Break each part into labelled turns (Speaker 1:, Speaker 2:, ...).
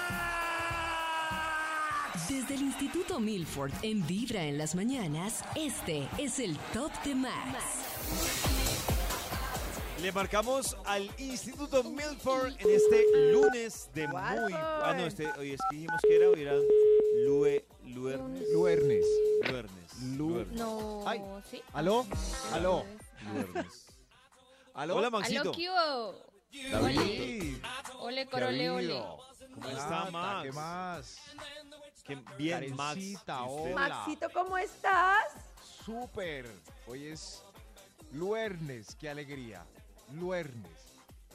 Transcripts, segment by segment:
Speaker 1: Desde el Instituto Milford en Vibra en las mañanas, este es el Top de Max.
Speaker 2: Le marcamos al Instituto Milford en este lunes de muy. Ah, no, este, hoy es que dijimos que era, hoy era Lue, Luernes.
Speaker 3: Luernes.
Speaker 2: Luernes.
Speaker 3: Luernes.
Speaker 4: No.
Speaker 3: Ay.
Speaker 4: ¿Sí?
Speaker 3: ¿Aló? ¿Aló?
Speaker 2: Luernes.
Speaker 3: ¿Aló?
Speaker 2: Hola,
Speaker 4: ¿Aló,
Speaker 2: Maxito.
Speaker 4: qué hubo? Ole,
Speaker 3: David,
Speaker 4: ole,
Speaker 3: ¿qué ha
Speaker 4: corole, ole.
Speaker 3: habido?
Speaker 2: ¿Cómo está, Max?
Speaker 3: ¿Qué más?
Speaker 2: Qué bien, Max.
Speaker 3: Karencita,
Speaker 2: ¿Y usted?
Speaker 3: hola.
Speaker 5: Maxito, ¿cómo estás?
Speaker 3: Súper. Hoy es luernes. Qué alegría. Luernes.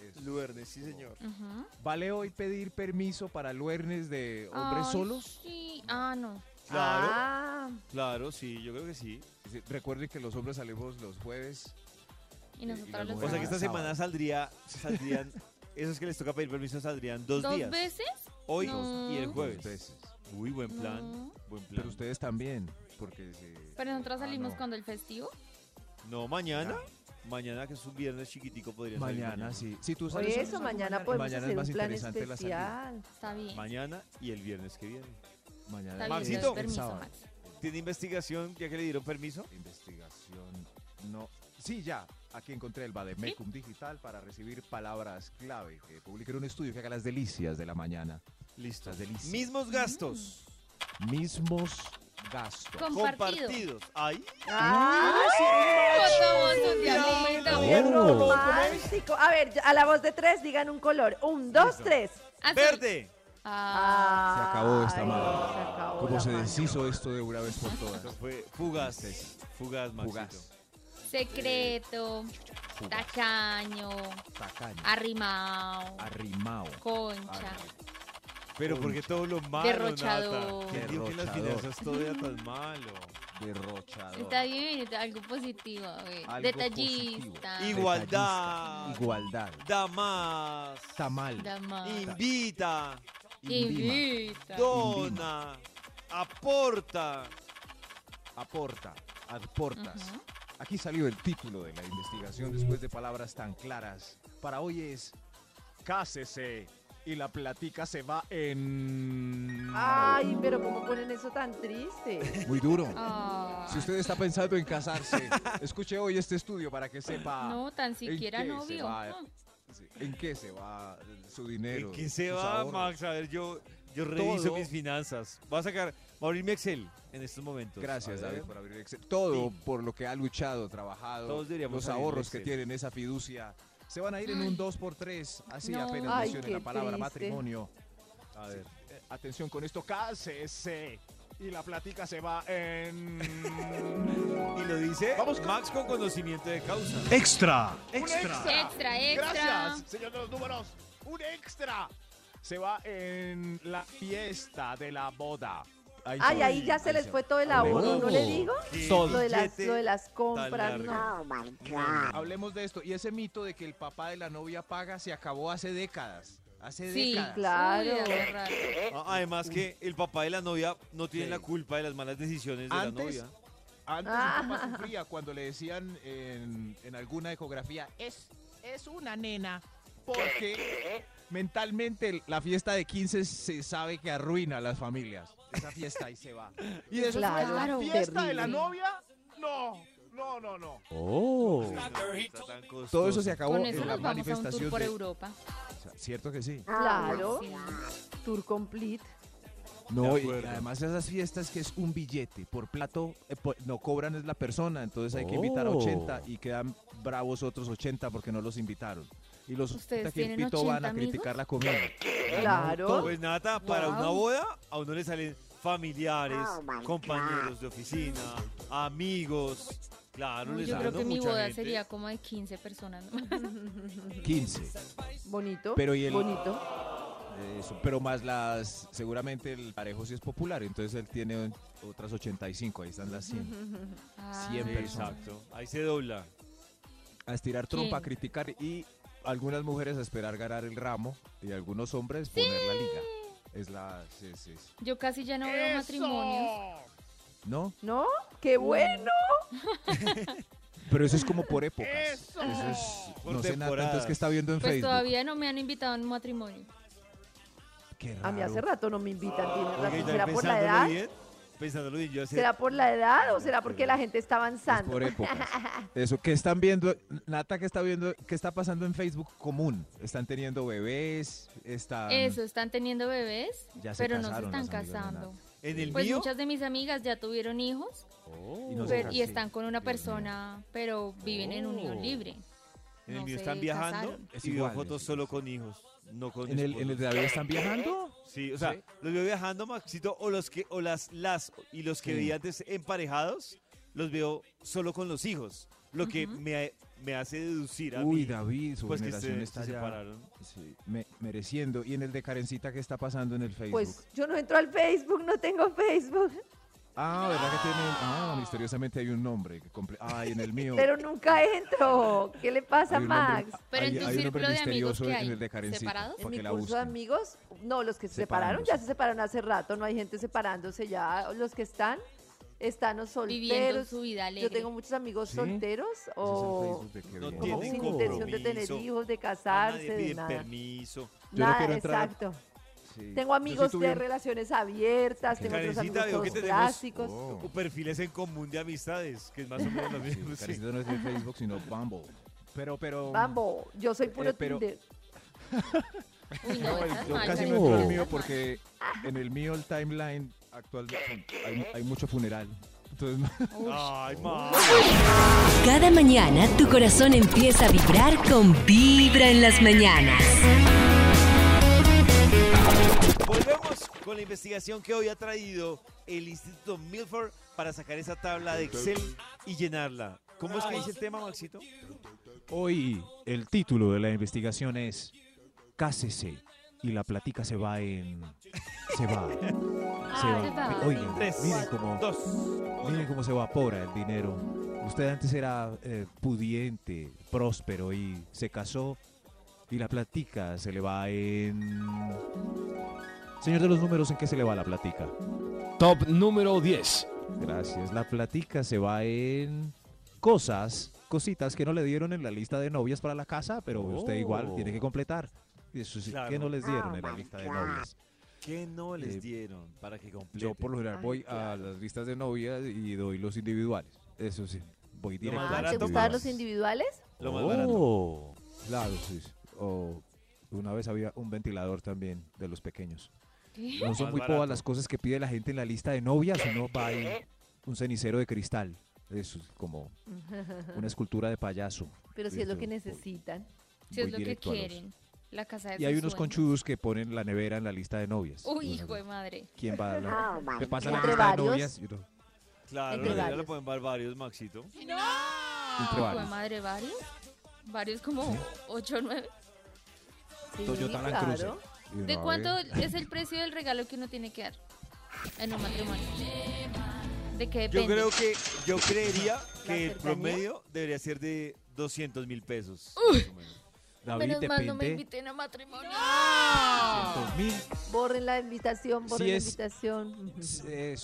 Speaker 3: Eso.
Speaker 2: Luernes, sí, señor.
Speaker 4: Ujú.
Speaker 3: ¿Vale hoy pedir permiso para luernes de hombres
Speaker 4: Ay,
Speaker 3: solos?
Speaker 4: Sí. Ah, no.
Speaker 2: Claro,
Speaker 5: Ah,
Speaker 2: claro, sí, yo creo que sí.
Speaker 3: Dice, Recuerden que los hombres salimos los jueves.
Speaker 4: Y nosotros
Speaker 3: las
Speaker 4: los
Speaker 2: O sea que esta
Speaker 3: Sábado.
Speaker 2: semana saldría, saldrían, esos que les toca pedir permiso saldrían dos,
Speaker 4: ¿Dos
Speaker 2: días.
Speaker 4: veces?
Speaker 2: Hoy
Speaker 4: No.
Speaker 2: y el
Speaker 3: dos
Speaker 2: jueves.
Speaker 3: veces.
Speaker 2: Uy, buen plan.
Speaker 4: No.
Speaker 2: Buen plan.
Speaker 3: Pero ustedes también. Porque se-
Speaker 4: Pero nosotros
Speaker 3: Ah,
Speaker 4: salimos
Speaker 3: no.
Speaker 4: cuando el festivo.
Speaker 2: No, mañana. Mañana, que es un viernes chiquitico, podría salir
Speaker 3: Mañana, sí. Si tú
Speaker 5: por
Speaker 3: sales
Speaker 5: eso mañana podemos
Speaker 3: Mañana es
Speaker 5: hacer
Speaker 3: más
Speaker 5: un plan
Speaker 3: interesante la salida.
Speaker 5: especial.
Speaker 4: Está bien.
Speaker 2: Mañana y el viernes que viene.
Speaker 3: Mañana.
Speaker 4: Está bien.
Speaker 3: es
Speaker 4: te doy
Speaker 2: Maxito.
Speaker 3: el
Speaker 4: Permiso,
Speaker 3: sábado.
Speaker 4: Max.
Speaker 2: ¿Tiene investigación ya que le dieron permiso?
Speaker 3: Investigación. No. Sí, ya. Aquí encontré el Bademecum Digital para recibir palabras clave. Que publicaré un estudio que haga las delicias de la mañana.
Speaker 2: Listo.
Speaker 3: Las delicias.
Speaker 4: Mm.
Speaker 2: Mismos gastos.
Speaker 3: Mismos gastos.
Speaker 4: Compartido.
Speaker 2: Compartidos. Ahí.
Speaker 5: ¡Ah!
Speaker 4: Votamos un diablito.
Speaker 5: ¡Qué
Speaker 3: Oh.
Speaker 5: romántico! A ver, a la voz de tres, digan un color. Un, dos, tres.
Speaker 4: Así.
Speaker 2: Verde.
Speaker 4: Ah,
Speaker 5: Ah,
Speaker 3: Se acabó esta
Speaker 5: ay,
Speaker 3: madre.
Speaker 5: se acabó
Speaker 3: ¿Cómo
Speaker 5: la
Speaker 3: se
Speaker 5: madre.
Speaker 3: deshizo esto de una vez por
Speaker 2: Eso
Speaker 3: todas?
Speaker 2: fue fugaz. Fugaz, Maxito.
Speaker 3: Fugaz.
Speaker 4: secreto.
Speaker 3: Fugaz.
Speaker 4: Tacaño.
Speaker 3: Tacaño.
Speaker 4: Arrimao.
Speaker 3: Ah, Arrimao.
Speaker 4: Concha.
Speaker 2: Pero porque todo lo malo,
Speaker 4: Derrochador.
Speaker 2: Nata? ¿Quién dijo que las
Speaker 3: Derrochador.
Speaker 2: finanzas todo era tan malo?
Speaker 3: Derrochador.
Speaker 4: Está bien, algo positivo. a ver.
Speaker 3: Algo
Speaker 4: Detallista.
Speaker 3: positivo.
Speaker 2: Igualdad.
Speaker 3: Detallista. Igualdad.
Speaker 2: Damas.
Speaker 3: Tamal.
Speaker 4: Dama.
Speaker 2: Invita.
Speaker 3: Invima.
Speaker 4: Ah. Invita.
Speaker 2: Dona. Aporta.
Speaker 3: Aporta. Aportas.
Speaker 4: Ujú.
Speaker 3: Aquí salió el título de la investigación después de palabras tan claras. Para hoy es Cásese y la platica se va en...
Speaker 5: Ay, pero ¿cómo ponen eso tan triste?
Speaker 3: Muy duro.
Speaker 4: Ah.
Speaker 3: Si usted está pensando en casarse, escuche hoy este estudio para que sepa
Speaker 4: No, tan siquiera
Speaker 3: qué se
Speaker 4: novio.
Speaker 3: va?
Speaker 4: Ah.
Speaker 3: sí, en qué se va su dinero.
Speaker 2: ¿En qué se
Speaker 3: sus
Speaker 2: va,
Speaker 3: ahorros.
Speaker 2: Max? A ver, yo, yo reviso
Speaker 3: Todo.
Speaker 2: mis finanzas. Voy a sacar, voy a abrir mi Excel en estos momentos.
Speaker 3: Gracias,
Speaker 2: A ver.
Speaker 3: David, por abrir Excel. Todo por lo que ha luchado, trabajado,
Speaker 2: Todos deberíamos
Speaker 3: los
Speaker 2: abrir
Speaker 3: ahorros que
Speaker 2: Excel.
Speaker 3: tienen esa fiducia. Se van a ir en un 2x3, así
Speaker 4: No.
Speaker 3: apenas
Speaker 5: Ay,
Speaker 3: mencione la
Speaker 5: qué
Speaker 3: palabra
Speaker 5: triste.
Speaker 3: matrimonio.
Speaker 2: A ver.
Speaker 3: Eh, Atención con esto, cásese. Y la plática se va en...
Speaker 2: Y lo dice Max con conocimiento de causa.
Speaker 6: Extra.
Speaker 4: Extra, extra.
Speaker 3: Gracias, señor de los números. Un extra. Se va en la fiesta de la boda.
Speaker 5: Ay, ahí ya se les fue todo el ahorro,
Speaker 3: Oh.
Speaker 5: ¿no le digo?
Speaker 2: Qué
Speaker 5: Lo de las,
Speaker 2: billete
Speaker 5: lo de las compras,
Speaker 2: tan largo. Ah,
Speaker 5: no.
Speaker 3: Hablemos de esto. Y ese mito de que el papá de la novia paga se acabó hace décadas. Hace
Speaker 4: Sí,
Speaker 3: décadas.
Speaker 5: Claro.
Speaker 4: Uy, ahorrar.
Speaker 2: Ah, Además que el papá de la novia no tiene
Speaker 3: Sí.
Speaker 2: la culpa de las malas decisiones de
Speaker 3: Antes-
Speaker 2: la novia.
Speaker 3: Antes
Speaker 5: Ah.
Speaker 3: mi papá sufría cuando le decían en, en alguna ecografía, es, es una nena, porque mentalmente la fiesta de 15 se sabe que arruina a las familias. Esa fiesta ahí se va. Y eso
Speaker 5: Claro,
Speaker 3: es una fiesta de la
Speaker 5: terrible.
Speaker 3: novia. No, no, no, no. Todo
Speaker 2: Todo
Speaker 3: eso se acabó
Speaker 4: Con eso
Speaker 3: en la
Speaker 4: nos vamos a un
Speaker 3: manifestación.
Speaker 4: tour por
Speaker 3: de-
Speaker 4: Europa.
Speaker 3: O sea, Cierto que sí.
Speaker 2: ah,
Speaker 5: Claro,
Speaker 4: Sí.
Speaker 5: tour complete.
Speaker 3: No,
Speaker 2: De
Speaker 3: y
Speaker 2: acuerdo.
Speaker 3: además esas fiestas que es un billete, por plato eh, por- no cobran es la persona, entonces hay que invitar a 80
Speaker 2: Oh.
Speaker 3: y quedan bravos otros 80 porque no los invitaron. Y los
Speaker 4: ¿Ustedes
Speaker 3: 80 que
Speaker 4: tienen
Speaker 3: invitó van a
Speaker 4: 80 amigos?
Speaker 3: criticar la comida.
Speaker 5: Claro.
Speaker 2: Pues nada, para
Speaker 4: Wow.
Speaker 2: una boda a uno le salen familiares, compañeros de oficina, amigos. Claro,
Speaker 4: Uy,
Speaker 2: le
Speaker 4: Yo
Speaker 2: salen
Speaker 4: creo
Speaker 2: a
Speaker 4: que mi
Speaker 2: mucha
Speaker 4: boda
Speaker 2: gente.
Speaker 4: sería como de 15 personas. ¿no?
Speaker 3: 15.
Speaker 5: Bonito,
Speaker 3: Pero ¿y el-
Speaker 5: bonito.
Speaker 7: Eso, pero más las, seguramente el parejo sí es popular, entonces él tiene otras 85, ahí están las 100.
Speaker 4: Ah,
Speaker 2: Sí,
Speaker 7: Siempre. persona.
Speaker 2: exacto. Ahí se dobla.
Speaker 7: A estirar trompa, a
Speaker 4: ¿Quién?
Speaker 7: criticar y algunas mujeres a esperar ganar el ramo y algunos hombres poner la liga. Es la... Sí, sí, sí.
Speaker 4: Yo casi ya no veo matrimonios.
Speaker 7: ¿No?
Speaker 5: ¿No? ¡Qué bueno!
Speaker 7: Pero eso es como por épocas. Eso, es...
Speaker 2: Por
Speaker 7: no sé nada, tanto es
Speaker 2: temporadas.
Speaker 7: que está viendo en
Speaker 4: Pues
Speaker 7: Facebook.
Speaker 4: todavía no me han invitado a un matrimonio.
Speaker 7: Qué
Speaker 5: A mí hace
Speaker 7: raro.
Speaker 5: rato no Ah, me invitan, tienes
Speaker 2: Oiga, y
Speaker 5: razón.
Speaker 2: también
Speaker 5: ¿Será por la
Speaker 2: pensándolo
Speaker 5: edad?
Speaker 2: bien, pensándolo bien, yo hace-
Speaker 5: ¿Será por la edad o será porque la gente está
Speaker 7: Es
Speaker 5: avanzando?
Speaker 7: por épocas. Eso, ¿qué están viendo? Nata, ¿qué está viendo? ¿Qué está pasando en Facebook común? ¿Están teniendo bebés?
Speaker 3: Ah,
Speaker 7: ¿Están...?
Speaker 4: Eso, están teniendo bebés,
Speaker 7: Ya se
Speaker 4: pero no se
Speaker 7: casaron
Speaker 4: están
Speaker 7: las amigas de
Speaker 4: casando.
Speaker 7: Nata.
Speaker 2: en el
Speaker 4: Pues
Speaker 2: mío.
Speaker 4: muchas de mis amigas ya tuvieron hijos
Speaker 2: Oh.
Speaker 7: Y no se
Speaker 4: pero-
Speaker 7: casan.
Speaker 4: y están con una
Speaker 7: Dios mío.
Speaker 4: persona, pero viven en unión
Speaker 2: Oh.
Speaker 4: libre.
Speaker 2: en el
Speaker 4: no
Speaker 2: mío
Speaker 4: se
Speaker 2: están viajando
Speaker 4: casaron.
Speaker 7: Es
Speaker 2: y veo
Speaker 7: igual,
Speaker 2: fotos
Speaker 7: es
Speaker 2: solo con hijos, no con
Speaker 7: ¿En el, en el
Speaker 2: esposos.
Speaker 7: de David están viajando?
Speaker 2: Sí, o sea,
Speaker 7: Sí.
Speaker 2: los veo viajando, Maxito, o los que, o las, las, y los que
Speaker 7: Sí.
Speaker 2: veía antes emparejados, los veo solo con los hijos. Lo que me, me hace deducir a
Speaker 7: Uy,
Speaker 2: mí,
Speaker 7: David, su
Speaker 2: pues que
Speaker 7: generación
Speaker 2: se,
Speaker 7: está
Speaker 2: se
Speaker 7: ya
Speaker 2: separaron.
Speaker 7: sí, me- mereciendo. ¿Y en el de Karencita qué está pasando en el Facebook?
Speaker 5: Pues yo no entro al Facebook, no tengo Facebook,
Speaker 7: ah, ¿verdad que tiene? Ah, misteriosamente hay un nombre. que comple- Ay, en el mío.
Speaker 5: pero nunca entro. ¿Qué le pasa,
Speaker 7: hay un nombre-
Speaker 5: Max?
Speaker 4: Pero en
Speaker 7: hay-
Speaker 4: tu
Speaker 7: hay un nombre
Speaker 4: círculo de amigos,
Speaker 7: misterioso
Speaker 4: ¿qué hay?
Speaker 7: en el de Karencita.
Speaker 4: ¿Separados?
Speaker 5: En
Speaker 7: para
Speaker 5: mi
Speaker 7: que la
Speaker 5: curso de
Speaker 7: busquen.
Speaker 5: amigos, no, los que se separaron ya
Speaker 7: Separándose.
Speaker 5: se separaron hace rato, no hay gente separándose ya, los que están, están o
Speaker 4: Viviendo
Speaker 5: solteros.
Speaker 4: su vida
Speaker 5: Yo
Speaker 4: alegre.
Speaker 5: tengo muchos amigos
Speaker 7: ¿Sí?
Speaker 5: solteros
Speaker 7: Ese es el
Speaker 5: o
Speaker 7: Facebook de que
Speaker 2: No
Speaker 7: viene.
Speaker 5: como
Speaker 2: Tienen
Speaker 5: sin intención de
Speaker 2: compromiso.
Speaker 5: tener hijos, de
Speaker 2: A
Speaker 5: casarse,
Speaker 2: nadie
Speaker 5: de
Speaker 2: piden
Speaker 5: nada.
Speaker 2: permiso.
Speaker 7: Yo no
Speaker 5: Nada,
Speaker 7: quiero entrar a-
Speaker 5: exacto.
Speaker 7: Sí.
Speaker 5: Tengo
Speaker 7: Yo sí
Speaker 5: amigos
Speaker 7: tuve
Speaker 5: de
Speaker 7: un-
Speaker 5: relaciones abiertas, tengo otros
Speaker 2: Karencita,
Speaker 5: amigos
Speaker 2: veo que
Speaker 5: todos
Speaker 2: tenemos-
Speaker 5: plásticos.
Speaker 7: Oh,
Speaker 2: O perfiles en común de amistades, que es más o menos lo
Speaker 7: sí,
Speaker 2: mismo. sí.
Speaker 7: Karencita no es de Facebook, sino Bumble. Pero, pero...
Speaker 5: Bambo, yo soy puro
Speaker 7: pero-
Speaker 5: Tinder.
Speaker 4: Uy, no, estás
Speaker 7: Yo
Speaker 4: mal,
Speaker 7: casi no
Speaker 4: Karencita,
Speaker 7: entro al
Speaker 4: estás
Speaker 7: mío
Speaker 4: mal.
Speaker 7: porque en el mío el timeline actual hay, hay mucho funeral. Entonces,
Speaker 2: Ay, ma.
Speaker 1: Cada mañana tu corazón empieza a vibrar con Vibra en las mañanas.
Speaker 2: Volvemos con la investigación que hoy ha traído el Instituto Milford para sacar esa tabla de Excel y llenarla. ¿Cómo es que dice el tema, Maxito?
Speaker 3: Hoy el título de la investigación es Cásese y la platica se va en... Se va.
Speaker 7: Ah,
Speaker 3: Se
Speaker 4: se
Speaker 3: va.
Speaker 4: va.
Speaker 3: Oigan,
Speaker 2: Tres,
Speaker 3: miren cómo,
Speaker 2: dos,
Speaker 3: miren cómo se evapora el dinero. Usted antes era eh, pudiente, próspero y se casó y la platica se le va en... Señor de los números, ¿en qué se le va la platica?
Speaker 8: Top número 10.
Speaker 3: Gracias. La platica se va en cosas, cositas que no le dieron en la lista de novias para la casa, pero usted igual tiene que completar. Eso sí,
Speaker 2: Claro.
Speaker 3: que no les dieron en la lista de novias.
Speaker 2: ¿Qué no les
Speaker 3: Eh,
Speaker 2: dieron para que completen?
Speaker 3: Yo por lo general voy a las listas de novias y doy los individuales. Eso sí, voy directo.
Speaker 2: más
Speaker 3: a
Speaker 5: Ah,
Speaker 3: los
Speaker 5: ¿Te
Speaker 2: barato,
Speaker 5: gustaban los
Speaker 3: individuales.
Speaker 5: individuales?
Speaker 2: Lo más barato.
Speaker 3: Oh, Claro, sí. sí. O una vez había un ventilador también de los pequeños.
Speaker 4: ¿Qué?
Speaker 3: No son
Speaker 2: Más
Speaker 3: muy
Speaker 2: barato.
Speaker 3: pocas las cosas que pide la gente en la lista de novias, uno va ahí, un cenicero de cristal. Eso es como una escultura de payaso.
Speaker 5: Pero si es lo que
Speaker 3: Voy
Speaker 5: necesitan.
Speaker 4: Si es
Speaker 3: voy
Speaker 4: lo que
Speaker 3: directo a los-
Speaker 4: quieren. La casa de
Speaker 3: Y hay
Speaker 4: sus
Speaker 3: unos
Speaker 4: sueños.
Speaker 3: conchudos que ponen la nevera en la lista de novias.
Speaker 4: Uy,
Speaker 3: Entonces,
Speaker 4: hijo de madre.
Speaker 3: ¿Quién va a la, ¿Qué pasa en la
Speaker 5: Entre
Speaker 3: lista de
Speaker 5: varios.
Speaker 3: novias? y uno-
Speaker 2: Claro,
Speaker 5: Entre
Speaker 2: ya
Speaker 5: varios.
Speaker 2: lo pueden ver varios, Maxito.
Speaker 3: entre
Speaker 4: Hijo de
Speaker 3: varios.
Speaker 4: madre, varios. Varios como 8 o 9.
Speaker 5: Sí,
Speaker 3: Toyota Land Cruiser.
Speaker 5: claro.
Speaker 3: Y uno,
Speaker 4: ¿De
Speaker 3: a
Speaker 4: cuánto
Speaker 3: ver,
Speaker 4: es el precio del regalo que uno tiene que dar en un matrimonio? ¿De qué
Speaker 2: Yo
Speaker 4: depende?
Speaker 2: creo que, yo creería
Speaker 5: ¿La
Speaker 2: que el
Speaker 5: cercanía?
Speaker 2: promedio debería ser de 200 mil pesos. más o menos.
Speaker 3: David,
Speaker 4: Menos mal no me
Speaker 3: depende.
Speaker 4: inviten a matrimonio.
Speaker 3: 200.000.
Speaker 5: Borren la invitación, borren
Speaker 3: Si
Speaker 5: la
Speaker 3: es-
Speaker 5: invitación.
Speaker 3: Es- Pues, eh,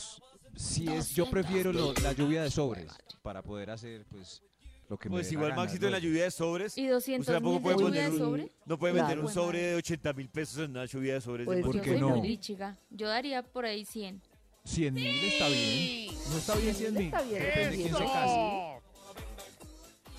Speaker 3: si es, yo prefiero lo- la lluvia de sobres para poder hacer pues lo que me
Speaker 2: Pues
Speaker 3: dé la
Speaker 2: igual,
Speaker 3: gana
Speaker 2: Maxito, en la
Speaker 3: luego.
Speaker 2: lluvia de sobres,
Speaker 4: ¿Y 200
Speaker 2: tampoco
Speaker 4: mil de
Speaker 2: puede
Speaker 4: lluvia de
Speaker 2: poner
Speaker 4: sobre?
Speaker 2: no puede
Speaker 5: Claro.
Speaker 2: vender un
Speaker 4: Pues,
Speaker 2: sobre de 80 mil pesos en una lluvia de sobres. de
Speaker 5: Pues,
Speaker 3: ¿Por
Speaker 4: Yo
Speaker 2: Maxito.
Speaker 3: qué
Speaker 4: soy
Speaker 3: no?
Speaker 4: muy chica. Yo daría por ahí 100.
Speaker 3: 100 mil está bien. No está bien 100 mil.
Speaker 5: Está bien,
Speaker 3: Depende de quién se case.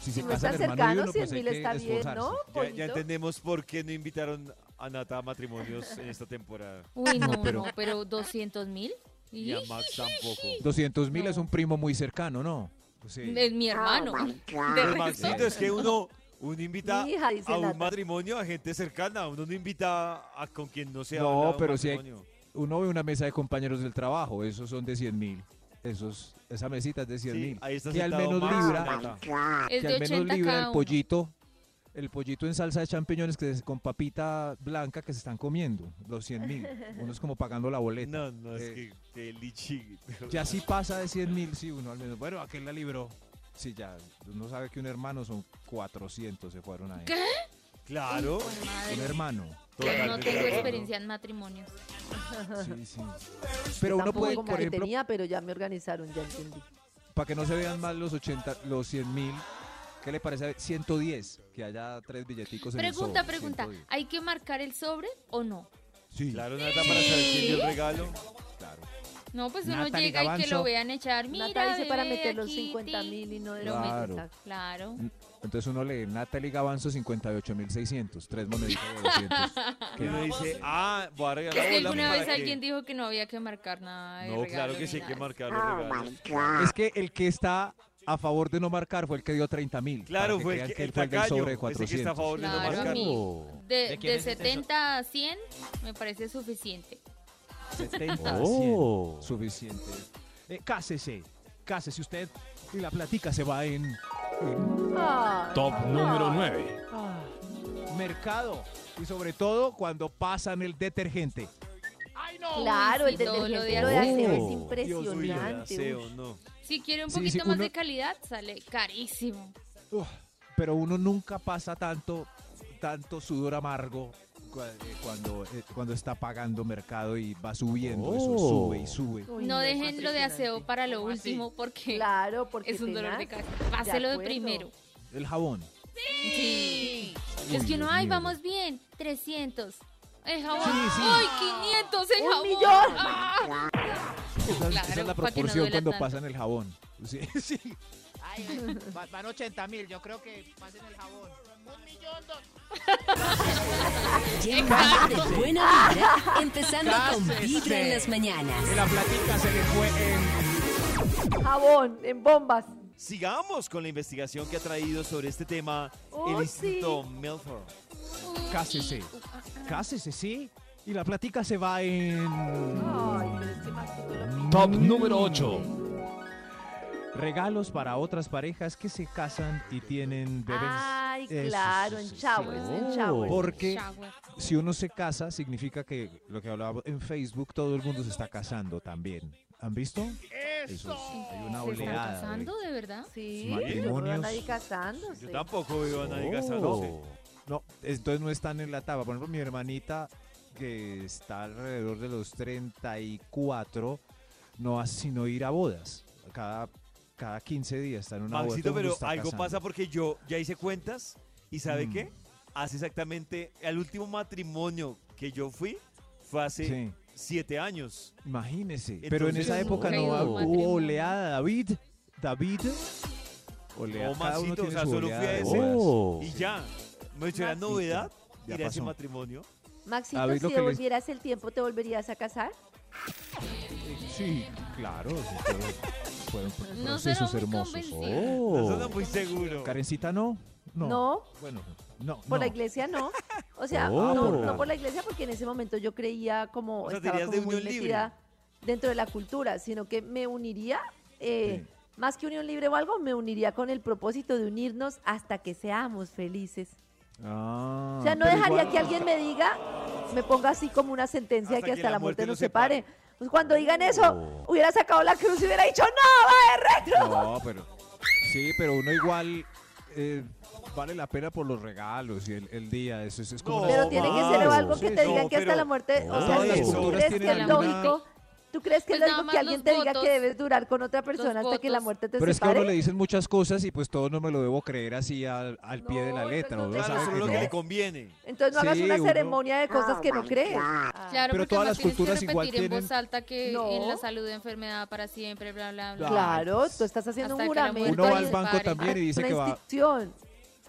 Speaker 3: Si se
Speaker 5: Si no
Speaker 3: casa el
Speaker 5: están
Speaker 3: hermano de
Speaker 5: cercanos,
Speaker 3: uno, pues
Speaker 5: 100
Speaker 3: hay
Speaker 5: mil
Speaker 3: que
Speaker 5: está bien,
Speaker 3: esforzarse.
Speaker 5: ¿no?
Speaker 2: Ya,
Speaker 5: Polito?
Speaker 2: ya entendemos por qué no invitaron a Nata a matrimonios en esta temporada.
Speaker 4: Uy, no,
Speaker 3: pero-
Speaker 4: no, pero 200 mil.
Speaker 2: Y a Max tampoco.
Speaker 3: 200 mil es un primo muy cercano, ¿no? Pues, eh, Sí.
Speaker 4: Es mi hermano. De
Speaker 2: Pero
Speaker 4: resto,
Speaker 2: Maxito, es que uno, uno invita
Speaker 5: Mi hija, dice
Speaker 2: a un
Speaker 5: Nata.
Speaker 2: matrimonio a gente cercana, uno no invita a con quien no sea.
Speaker 3: No, pero sí hay- Uno ve una mesa de compañeros del trabajo, esos son de 100 mil. Esos, esa mesita es de 100 mil.
Speaker 2: ahí está
Speaker 3: que al
Speaker 2: sentado
Speaker 3: menos
Speaker 2: Max y
Speaker 3: libra,
Speaker 2: Nata.
Speaker 4: es
Speaker 3: que
Speaker 4: de
Speaker 3: al menos
Speaker 4: 80
Speaker 3: libra
Speaker 4: cada
Speaker 3: el
Speaker 4: uno.
Speaker 3: pollito el pollito en salsa de champiñones que es con papita blanca que se están comiendo, los 100 mil. Uno es como pagando la boleta.
Speaker 2: No, no, es
Speaker 3: Eh,
Speaker 2: que, que lichi.
Speaker 3: Ya si pasa de 100 mil, sí, uno al menos. Bueno, aquel la libró. Sí, ya. Uno sabe que un hermano son 400, se fueron ahí.
Speaker 2: Claro.
Speaker 3: Un
Speaker 4: Madre,
Speaker 3: hermano.
Speaker 4: no
Speaker 2: Totalmente de
Speaker 4: tengo
Speaker 2: acuerdo.
Speaker 4: experiencia en matrimonios.
Speaker 3: Sí, sí. Pero uno puede,
Speaker 5: Tampoco
Speaker 3: por
Speaker 5: que
Speaker 3: ejemplo,
Speaker 5: tenía, pero ya me organizaron, ya entendí.
Speaker 3: para que no se vean mal los 80, los 100 mil, ¿qué le parece? 110, que haya tres billeticos en el
Speaker 4: Pregunta,
Speaker 3: sobre,
Speaker 4: pregunta,
Speaker 3: 110.
Speaker 4: ¿hay que marcar el sobre o no?
Speaker 3: Sí,
Speaker 2: Claro, nada para saber quién dio el regalo.
Speaker 3: claro.
Speaker 4: No, pues uno
Speaker 3: Natalie
Speaker 4: llega y que
Speaker 3: Gavanzo.
Speaker 4: lo vean echar. Mira,
Speaker 5: Natalia dice para
Speaker 4: bebé,
Speaker 5: meter los
Speaker 4: aquí,
Speaker 5: 50
Speaker 4: ti".
Speaker 5: mil y no de
Speaker 4: Lo
Speaker 5: los
Speaker 3: Claro.
Speaker 5: 20.
Speaker 4: Claro.
Speaker 3: Entonces uno lee Natalie Gavanzo 58.600, tres moneditas de 200.
Speaker 2: Y uno dice, ah, voy a regalar
Speaker 4: Es que
Speaker 2: bola
Speaker 4: alguna
Speaker 2: para
Speaker 4: vez
Speaker 2: que-
Speaker 4: alguien dijo que no había que marcar nada de
Speaker 2: No, claro
Speaker 4: regalo
Speaker 2: que
Speaker 4: ni
Speaker 2: sí hay que
Speaker 4: nada.
Speaker 2: marcar los regalos.
Speaker 3: Es que el que está a favor de no marcar fue el que dio 30 mil.
Speaker 2: Claro, fue el, que, el tacaño,
Speaker 3: sobre
Speaker 2: ese que está a
Speaker 3: 400.
Speaker 2: favor de no
Speaker 4: Claro,
Speaker 2: marcar.
Speaker 4: amigo. De,
Speaker 7: ¿De
Speaker 4: de,
Speaker 7: quién es ese
Speaker 4: 70 a 100 me parece suficiente.
Speaker 3: 70
Speaker 8: Oh.
Speaker 3: Suficiente. Eh, cásese, cásese usted y la platica se va en, en
Speaker 5: Ay,
Speaker 8: Top
Speaker 5: no.
Speaker 8: número 9.
Speaker 2: Ah.
Speaker 3: mercado y sobre todo cuando pasan el detergente.
Speaker 5: Claro, el
Speaker 4: Sí, todo lo
Speaker 5: detergente
Speaker 4: de
Speaker 5: lo de aseo
Speaker 8: aseo.
Speaker 5: es
Speaker 2: Dios mío,
Speaker 5: impresionante.
Speaker 2: aseo,
Speaker 5: uy.
Speaker 2: no.
Speaker 4: Si quiere un
Speaker 3: Sí,
Speaker 4: poquito
Speaker 3: sí,
Speaker 4: más
Speaker 3: uno-
Speaker 4: de calidad, sale carísimo.
Speaker 3: Uf, pero uno nunca pasa tanto, tanto sudor amargo cua- eh, cuando, eh, cuando está pagando mercado y va subiendo, eso
Speaker 8: Oh.
Speaker 3: sube y sube.
Speaker 5: Uy,
Speaker 4: no
Speaker 5: es
Speaker 4: dejen lo de aseo
Speaker 5: impresionante.
Speaker 4: para lo
Speaker 7: ¿Cómo así?
Speaker 4: último porque
Speaker 5: Claro, porque
Speaker 4: es un dolor de
Speaker 5: tenaz.
Speaker 4: cabeza. Páselo de
Speaker 5: acuerdo.
Speaker 4: primero.
Speaker 3: El jabón.
Speaker 4: Sí.
Speaker 3: Uy,
Speaker 4: es que no,
Speaker 3: Dios
Speaker 4: ay,
Speaker 3: mío.
Speaker 4: vamos bien. 300. El jabón.
Speaker 3: Sí, sí.
Speaker 4: ¡Ay, 500 el
Speaker 5: ¡Un
Speaker 4: jabón!
Speaker 5: millón!
Speaker 4: ¡Ah!
Speaker 3: Esa, es- esa
Speaker 4: Claro,
Speaker 3: es la
Speaker 4: pa' que no
Speaker 3: proporción
Speaker 4: duela
Speaker 3: cuando
Speaker 4: tanto.
Speaker 3: pasan el jabón. Sí, sí.
Speaker 7: Ay, eh, va- van 80 mil, yo creo que pasen el jabón. Un millón, dos.
Speaker 1: Lleva un día de buena vibra, empezando con
Speaker 7: Cásese.
Speaker 1: Vibra en las mañanas.
Speaker 7: Y la platica se le fue en...
Speaker 5: Jabón, en bombas.
Speaker 2: Sigamos con la investigación que ha traído sobre este tema
Speaker 5: Oh,
Speaker 2: el
Speaker 5: sí.
Speaker 2: Instituto Milford.
Speaker 4: Uy,
Speaker 3: Cásese.
Speaker 4: y- uh, ah, ah.
Speaker 3: Cásese, sí. Y la platica se va en.
Speaker 5: Ay, pero es que más que todo lo
Speaker 8: Top número 8.
Speaker 3: Regalos para otras parejas que se casan y tienen bebés.
Speaker 5: Ay,
Speaker 3: Eso,
Speaker 5: claro,
Speaker 3: sí,
Speaker 5: en
Speaker 3: sí,
Speaker 5: showers,
Speaker 3: sí.
Speaker 5: en
Speaker 8: Oh.
Speaker 5: showers.
Speaker 3: Porque
Speaker 4: Shower.
Speaker 3: si uno se casa, significa que lo que hablábamos en Facebook, todo el mundo se está casando también. ¿Han visto? Eso sí, hay una
Speaker 5: ¿Se están
Speaker 4: ¿Están
Speaker 3: oleada. de-
Speaker 4: casando de verdad?
Speaker 5: Sí,
Speaker 3: matrimonios.
Speaker 5: yo no veo a nadie casándose.
Speaker 2: Yo tampoco veo a nadie casándose.
Speaker 3: Oh. No, entonces no están en la etapa. Por ejemplo, mi hermanita, que está alrededor de los 34, no hace sino ir a bodas. Cada, cada 15 días está en una boda. todo
Speaker 2: Maxito,
Speaker 3: el mundo
Speaker 2: pero
Speaker 3: está
Speaker 2: algo
Speaker 3: casando.
Speaker 2: pasa porque yo ya hice cuentas y ¿sabe
Speaker 3: Mm.
Speaker 2: qué? Hace exactamente, el último matrimonio que yo fui fue hace
Speaker 3: Sí,
Speaker 2: siete años.
Speaker 3: imagínese. pero en
Speaker 2: Entonces,
Speaker 3: esa época no
Speaker 4: nunca he ido a un
Speaker 3: hubo
Speaker 4: matrimonio.
Speaker 3: oleada, David. David. Oleada.
Speaker 2: No,
Speaker 3: cada uno
Speaker 2: Maxito, o
Speaker 3: tiene
Speaker 2: sea,
Speaker 3: su
Speaker 2: solo fui
Speaker 3: oleada
Speaker 2: a
Speaker 3: de
Speaker 2: ese.
Speaker 3: bodas.
Speaker 8: Oh.
Speaker 2: Y ya, me hecho la
Speaker 5: Maxito,
Speaker 2: novedad
Speaker 3: ya
Speaker 2: ir a ese
Speaker 3: pasó.
Speaker 2: matrimonio.
Speaker 5: Maxito,
Speaker 3: A ver, lo
Speaker 5: si
Speaker 3: que les-
Speaker 5: volvieras el tiempo, ¿te volverías a casar?
Speaker 3: Sí, claro. sí, fueron, fueron
Speaker 4: No será
Speaker 3: procesos
Speaker 4: muy
Speaker 3: hermosos.
Speaker 4: convencida.
Speaker 3: Oh.
Speaker 2: No suena muy seguro.
Speaker 3: Karencita, no. No.
Speaker 5: No.
Speaker 3: Bueno, no.
Speaker 5: Por la
Speaker 3: no.
Speaker 5: iglesia no. O sea,
Speaker 8: Oh.
Speaker 5: no, no por la iglesia, porque en ese momento yo creía como
Speaker 2: O sea, te
Speaker 5: estaba
Speaker 2: irías
Speaker 5: como
Speaker 2: de
Speaker 5: muy
Speaker 2: unión libre.
Speaker 5: metida dentro de la cultura, sino que me uniría, eh,
Speaker 3: Sí.
Speaker 5: más que unión libre o algo, me uniría con el propósito de unirnos hasta que seamos felices.
Speaker 3: Ah,
Speaker 5: o sea, no
Speaker 3: pero
Speaker 5: dejaría
Speaker 3: igual-
Speaker 5: que alguien me diga, me ponga así como una sentencia de
Speaker 2: Hasta
Speaker 5: que hasta la muerte, nos separe.
Speaker 2: separe.
Speaker 5: Pues cuando digan eso, hubiera sacado la cruz y hubiera dicho, no, va de retro.
Speaker 3: No, pero. Sí, pero uno igual. eh, vale la pena por los regalos y el, el día. Eso, eso es como.
Speaker 2: No,
Speaker 3: una-
Speaker 5: Pero tiene que ser
Speaker 8: wow.
Speaker 5: algo que
Speaker 3: Sí,
Speaker 5: te
Speaker 3: no,
Speaker 5: digan que hasta
Speaker 2: pero-
Speaker 5: la muerte, o
Speaker 8: no,
Speaker 5: sea,
Speaker 2: las
Speaker 5: ¿tú
Speaker 3: culturas
Speaker 5: crees que
Speaker 3: tienen
Speaker 5: es
Speaker 3: alguna-
Speaker 5: lógico? ¿Tú crees que
Speaker 4: Pues
Speaker 5: es
Speaker 4: nada
Speaker 5: lógico
Speaker 4: más
Speaker 5: que alguien
Speaker 4: los
Speaker 5: te diga
Speaker 4: votos.
Speaker 5: que debes durar con otra persona hasta que
Speaker 4: votos.
Speaker 5: la muerte te
Speaker 3: Pero es que a uno
Speaker 5: separe?
Speaker 3: le dicen muchas cosas y pues todo no me lo debo creer así al, al pie de la
Speaker 5: No,
Speaker 3: letra. uno
Speaker 5: entonces no te
Speaker 2: Claro,
Speaker 3: sabe
Speaker 5: sabes
Speaker 3: que
Speaker 2: solo lo que
Speaker 3: no.
Speaker 2: le conviene.
Speaker 5: Entonces no hagas
Speaker 3: Sí,
Speaker 5: una
Speaker 3: uno- Ah,
Speaker 5: ceremonia de cosas que no crees.
Speaker 3: Pero
Speaker 4: Claro, porque
Speaker 3: todas
Speaker 4: además
Speaker 3: las
Speaker 4: tienes que
Speaker 3: culturas igual
Speaker 4: repetir en
Speaker 3: tienen-
Speaker 4: voz alta que
Speaker 5: No.
Speaker 4: en la salud de enfermedad para siempre, bla, bla, bla.
Speaker 5: Claro, tú estás haciendo
Speaker 4: Hasta
Speaker 5: un
Speaker 4: que la
Speaker 5: juramento.
Speaker 4: muerte
Speaker 3: Uno va
Speaker 4: nos
Speaker 3: al banco
Speaker 4: separe.
Speaker 3: también y dice
Speaker 5: una
Speaker 3: que va.
Speaker 5: institución.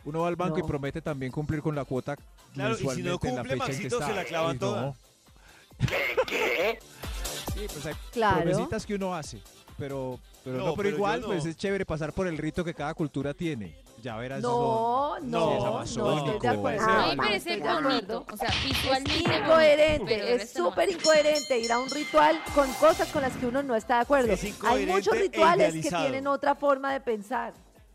Speaker 3: Uno va al banco
Speaker 5: No.
Speaker 3: y promete también cumplir con la cuota.
Speaker 2: Claro, y si no
Speaker 3: mensualmente en la
Speaker 2: cumple,
Speaker 3: fecha en que
Speaker 2: Maxito, se
Speaker 3: está.
Speaker 2: la clava
Speaker 3: Y no.
Speaker 2: toda.
Speaker 3: Sí, pues hay
Speaker 5: Claro.
Speaker 3: promesitas que uno hace. Pero, pero,
Speaker 2: No,
Speaker 3: no, pero,
Speaker 2: pero yo
Speaker 3: igual,
Speaker 2: no.
Speaker 3: pues es chévere pasar por el rito que cada cultura tiene. Ya verás.
Speaker 5: No,
Speaker 3: son-
Speaker 5: no,
Speaker 3: sí, es
Speaker 5: no,
Speaker 3: amazónico,
Speaker 5: estoy de acuerdo.
Speaker 3: es
Speaker 4: A mí
Speaker 5: Ay,
Speaker 4: me
Speaker 3: algo.
Speaker 5: no,
Speaker 4: parece
Speaker 5: estoy de acuerdo.
Speaker 4: bonito. O sea,
Speaker 5: Es
Speaker 4: visualmente. bonito,
Speaker 5: incoherente,
Speaker 4: pero
Speaker 5: es
Speaker 4: este no.
Speaker 5: súper incoherente ir a un ritual con cosas con las que uno no está de acuerdo.
Speaker 2: Es
Speaker 5: Hay
Speaker 2: incoherente
Speaker 5: muchos
Speaker 2: e
Speaker 5: rituales que
Speaker 2: idealizado.
Speaker 5: tienen otra forma de pensar.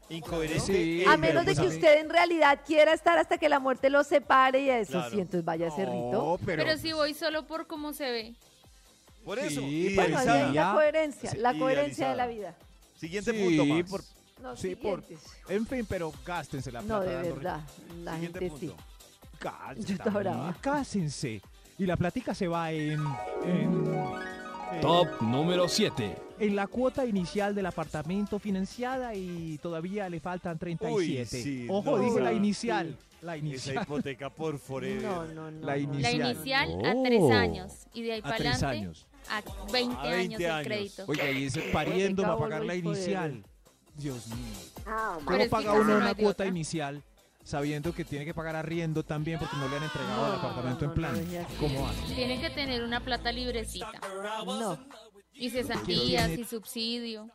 Speaker 2: Incoherente.
Speaker 3: Sí.
Speaker 2: e
Speaker 3: Ey,
Speaker 5: A menos de
Speaker 3: pues
Speaker 5: que
Speaker 3: a mí-
Speaker 5: usted en realidad quiera estar hasta que la muerte los separe y a eso
Speaker 2: Claro.
Speaker 5: sí, entonces vaya a ser rito.
Speaker 3: No, pero,
Speaker 4: Pero si voy solo por cómo se ve.
Speaker 2: Por eso.
Speaker 3: Sí,
Speaker 5: Bueno, ahí
Speaker 2: idealizada.
Speaker 5: hay la coherencia,
Speaker 2: Sí,
Speaker 5: la coherencia
Speaker 2: idealizada.
Speaker 5: de la vida.
Speaker 2: Siguiente
Speaker 3: Sí,
Speaker 2: punto más.
Speaker 3: por-
Speaker 5: No,
Speaker 3: Sí, por-
Speaker 5: siguientes.
Speaker 3: en fin, pero gástense la plata.
Speaker 5: No, de
Speaker 3: dando
Speaker 5: verdad. La
Speaker 2: Siguiente
Speaker 5: gente sí.
Speaker 2: punto.
Speaker 3: Cállate,
Speaker 5: Yo estaba
Speaker 3: David,
Speaker 5: brava.
Speaker 3: Cásense. Y la platica se va en, en,
Speaker 8: Top número 7.
Speaker 3: en la cuota inicial del apartamento financiada y todavía le faltan 37.
Speaker 2: sí,
Speaker 3: Ojo,
Speaker 2: no,
Speaker 3: dije la
Speaker 2: sí.
Speaker 3: inicial. La
Speaker 2: Esa
Speaker 3: inicial.
Speaker 2: hipoteca por forever.
Speaker 5: No, no, no.
Speaker 3: La
Speaker 5: no.
Speaker 4: La
Speaker 3: Inicial.
Speaker 4: inicial
Speaker 9: Oh.
Speaker 4: a tres años. Y de ahí
Speaker 9: A
Speaker 4: para
Speaker 9: tres
Speaker 4: adelante
Speaker 9: años.
Speaker 4: a 20
Speaker 2: A 20
Speaker 4: años el
Speaker 2: años.
Speaker 4: crédito.
Speaker 9: Oiga, y ese pa-
Speaker 3: Pariendo para
Speaker 5: Hipoteca,
Speaker 3: pagar la
Speaker 5: vuelvo y
Speaker 3: inicial. Dios mío.
Speaker 4: Pero
Speaker 3: ¿Cómo
Speaker 4: es que
Speaker 3: paga
Speaker 4: casi
Speaker 3: uno
Speaker 4: no
Speaker 3: una
Speaker 4: hay de
Speaker 3: cuota
Speaker 4: otra.
Speaker 3: inicial sabiendo que tiene que pagar arriendo también porque no le han entregado
Speaker 5: No,
Speaker 3: el apartamento
Speaker 5: no,
Speaker 3: en
Speaker 5: no,
Speaker 3: plan?
Speaker 5: no, ya sí.
Speaker 3: ¿Cómo hace?
Speaker 4: Tiene que tener una plata librecita.
Speaker 5: No.
Speaker 4: Y cesantías
Speaker 3: tiene-
Speaker 4: y subsidio.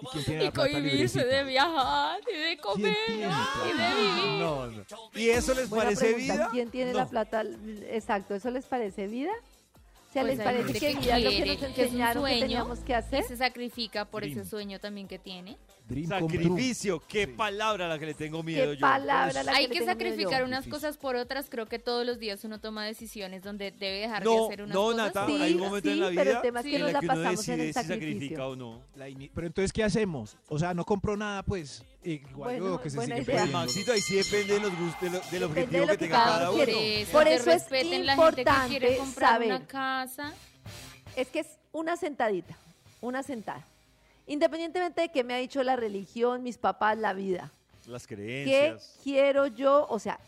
Speaker 3: ¿Y quién tiene
Speaker 4: Y
Speaker 3: la plata
Speaker 4: cohibirse de
Speaker 3: librecita?
Speaker 4: viajar y de
Speaker 3: ¿Quién
Speaker 4: comer
Speaker 3: tiene
Speaker 4: y
Speaker 3: plata?
Speaker 4: de vivir.
Speaker 3: No, no.
Speaker 2: ¿Y eso les
Speaker 5: Buena
Speaker 2: parece
Speaker 5: pregunta,
Speaker 2: vida?
Speaker 5: ¿Quién tiene la
Speaker 2: No.
Speaker 5: plata? Exacto, ¿eso les parece vida? O sea,
Speaker 4: Pues
Speaker 5: ¿les
Speaker 4: hay gente
Speaker 5: parece que
Speaker 4: que
Speaker 5: vida es lo que
Speaker 4: quiere,
Speaker 5: nos
Speaker 4: que es un
Speaker 5: enseñaron que
Speaker 4: sueño,
Speaker 5: teníamos que hacer?
Speaker 4: Y se sacrifica por
Speaker 3: Dream.
Speaker 4: ese sueño también que tiene.
Speaker 3: Dream come true.
Speaker 2: Sacrificio. Qué palabra la que le tengo miedo yo.
Speaker 5: palabra la-
Speaker 4: Hay
Speaker 5: que le
Speaker 4: que
Speaker 5: tengo miedo
Speaker 4: sacrificar
Speaker 5: yo.
Speaker 4: unas
Speaker 3: Difícil.
Speaker 4: cosas por otras. Creo que todos los días uno toma decisiones donde debe dejar de
Speaker 2: No,
Speaker 4: hacer unas
Speaker 2: no,
Speaker 4: cosas.
Speaker 2: Nata,
Speaker 5: Sí,
Speaker 2: hay un momento en la
Speaker 5: sí,
Speaker 2: vida
Speaker 5: pero el tema es que
Speaker 2: en
Speaker 5: nos
Speaker 2: la
Speaker 5: la
Speaker 2: que uno
Speaker 5: pasamos en el
Speaker 2: decide si
Speaker 5: sacrificio.
Speaker 2: sacrifica o no.
Speaker 3: La ini- Pero entonces, ¿qué hacemos? O sea, no compró nada, pues. Igual
Speaker 5: Bueno,
Speaker 3: luego que se
Speaker 5: buena
Speaker 3: sigue
Speaker 5: idea.
Speaker 2: Pues,
Speaker 3: perdiendo.
Speaker 2: Maxito, ahí sí depende de los gustos, de lo- del objetivo
Speaker 5: de lo
Speaker 2: que
Speaker 5: que
Speaker 2: tenga
Speaker 5: cada
Speaker 2: cada
Speaker 5: uno
Speaker 2: uno.
Speaker 5: quiere.
Speaker 4: Por
Speaker 5: Por
Speaker 4: eso,
Speaker 5: eso es
Speaker 4: respeten la gente que quiere
Speaker 5: importante
Speaker 4: comprar
Speaker 5: saber.
Speaker 4: una casa.
Speaker 5: Es que es una sentadita, una sentada. Independientemente de qué me ha dicho la religión, mis papás, la vida.
Speaker 2: Las
Speaker 5: ¿Qué
Speaker 2: creencias.
Speaker 5: quiero yo? O sea,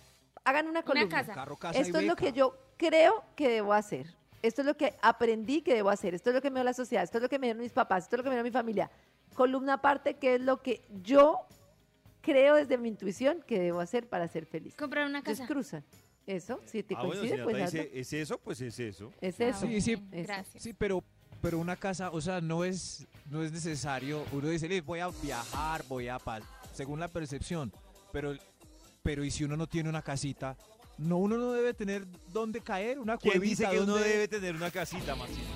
Speaker 5: hagan una columna.
Speaker 4: casa.
Speaker 3: Carro, casa y
Speaker 5: Esto es lo
Speaker 3: beca.
Speaker 5: que yo creo que debo hacer. Esto es lo que aprendí que debo hacer. Esto es lo que me dio la sociedad. Esto es lo que me dieron mis papás. Esto es lo que me dieron mi familia. Columna aparte, que es lo que yo creo desde mi intuición que debo hacer para ser feliz.
Speaker 4: Comprar una casa.
Speaker 5: Entonces cruzan. Eso, si te
Speaker 2: Ah, bueno, si
Speaker 5: coincide,
Speaker 2: Nata
Speaker 5: pues hazlo.
Speaker 2: dice, es eso, pues es eso.
Speaker 5: Es
Speaker 4: Ah,
Speaker 5: eso.
Speaker 3: Sí, sí.
Speaker 4: bien, Gracias.
Speaker 3: Sí, pero, pero una casa, o sea, no es, no es necesario. Uno dice, "Le voy a viajar, voy a paz, según la percepción. Pero, pero, ¿y si uno no tiene una casita? No, uno no debe tener dónde caer, una
Speaker 2: ¿Quién
Speaker 3: cuevita.
Speaker 2: dice que uno
Speaker 3: donde-
Speaker 2: debe tener una casita, Maxito?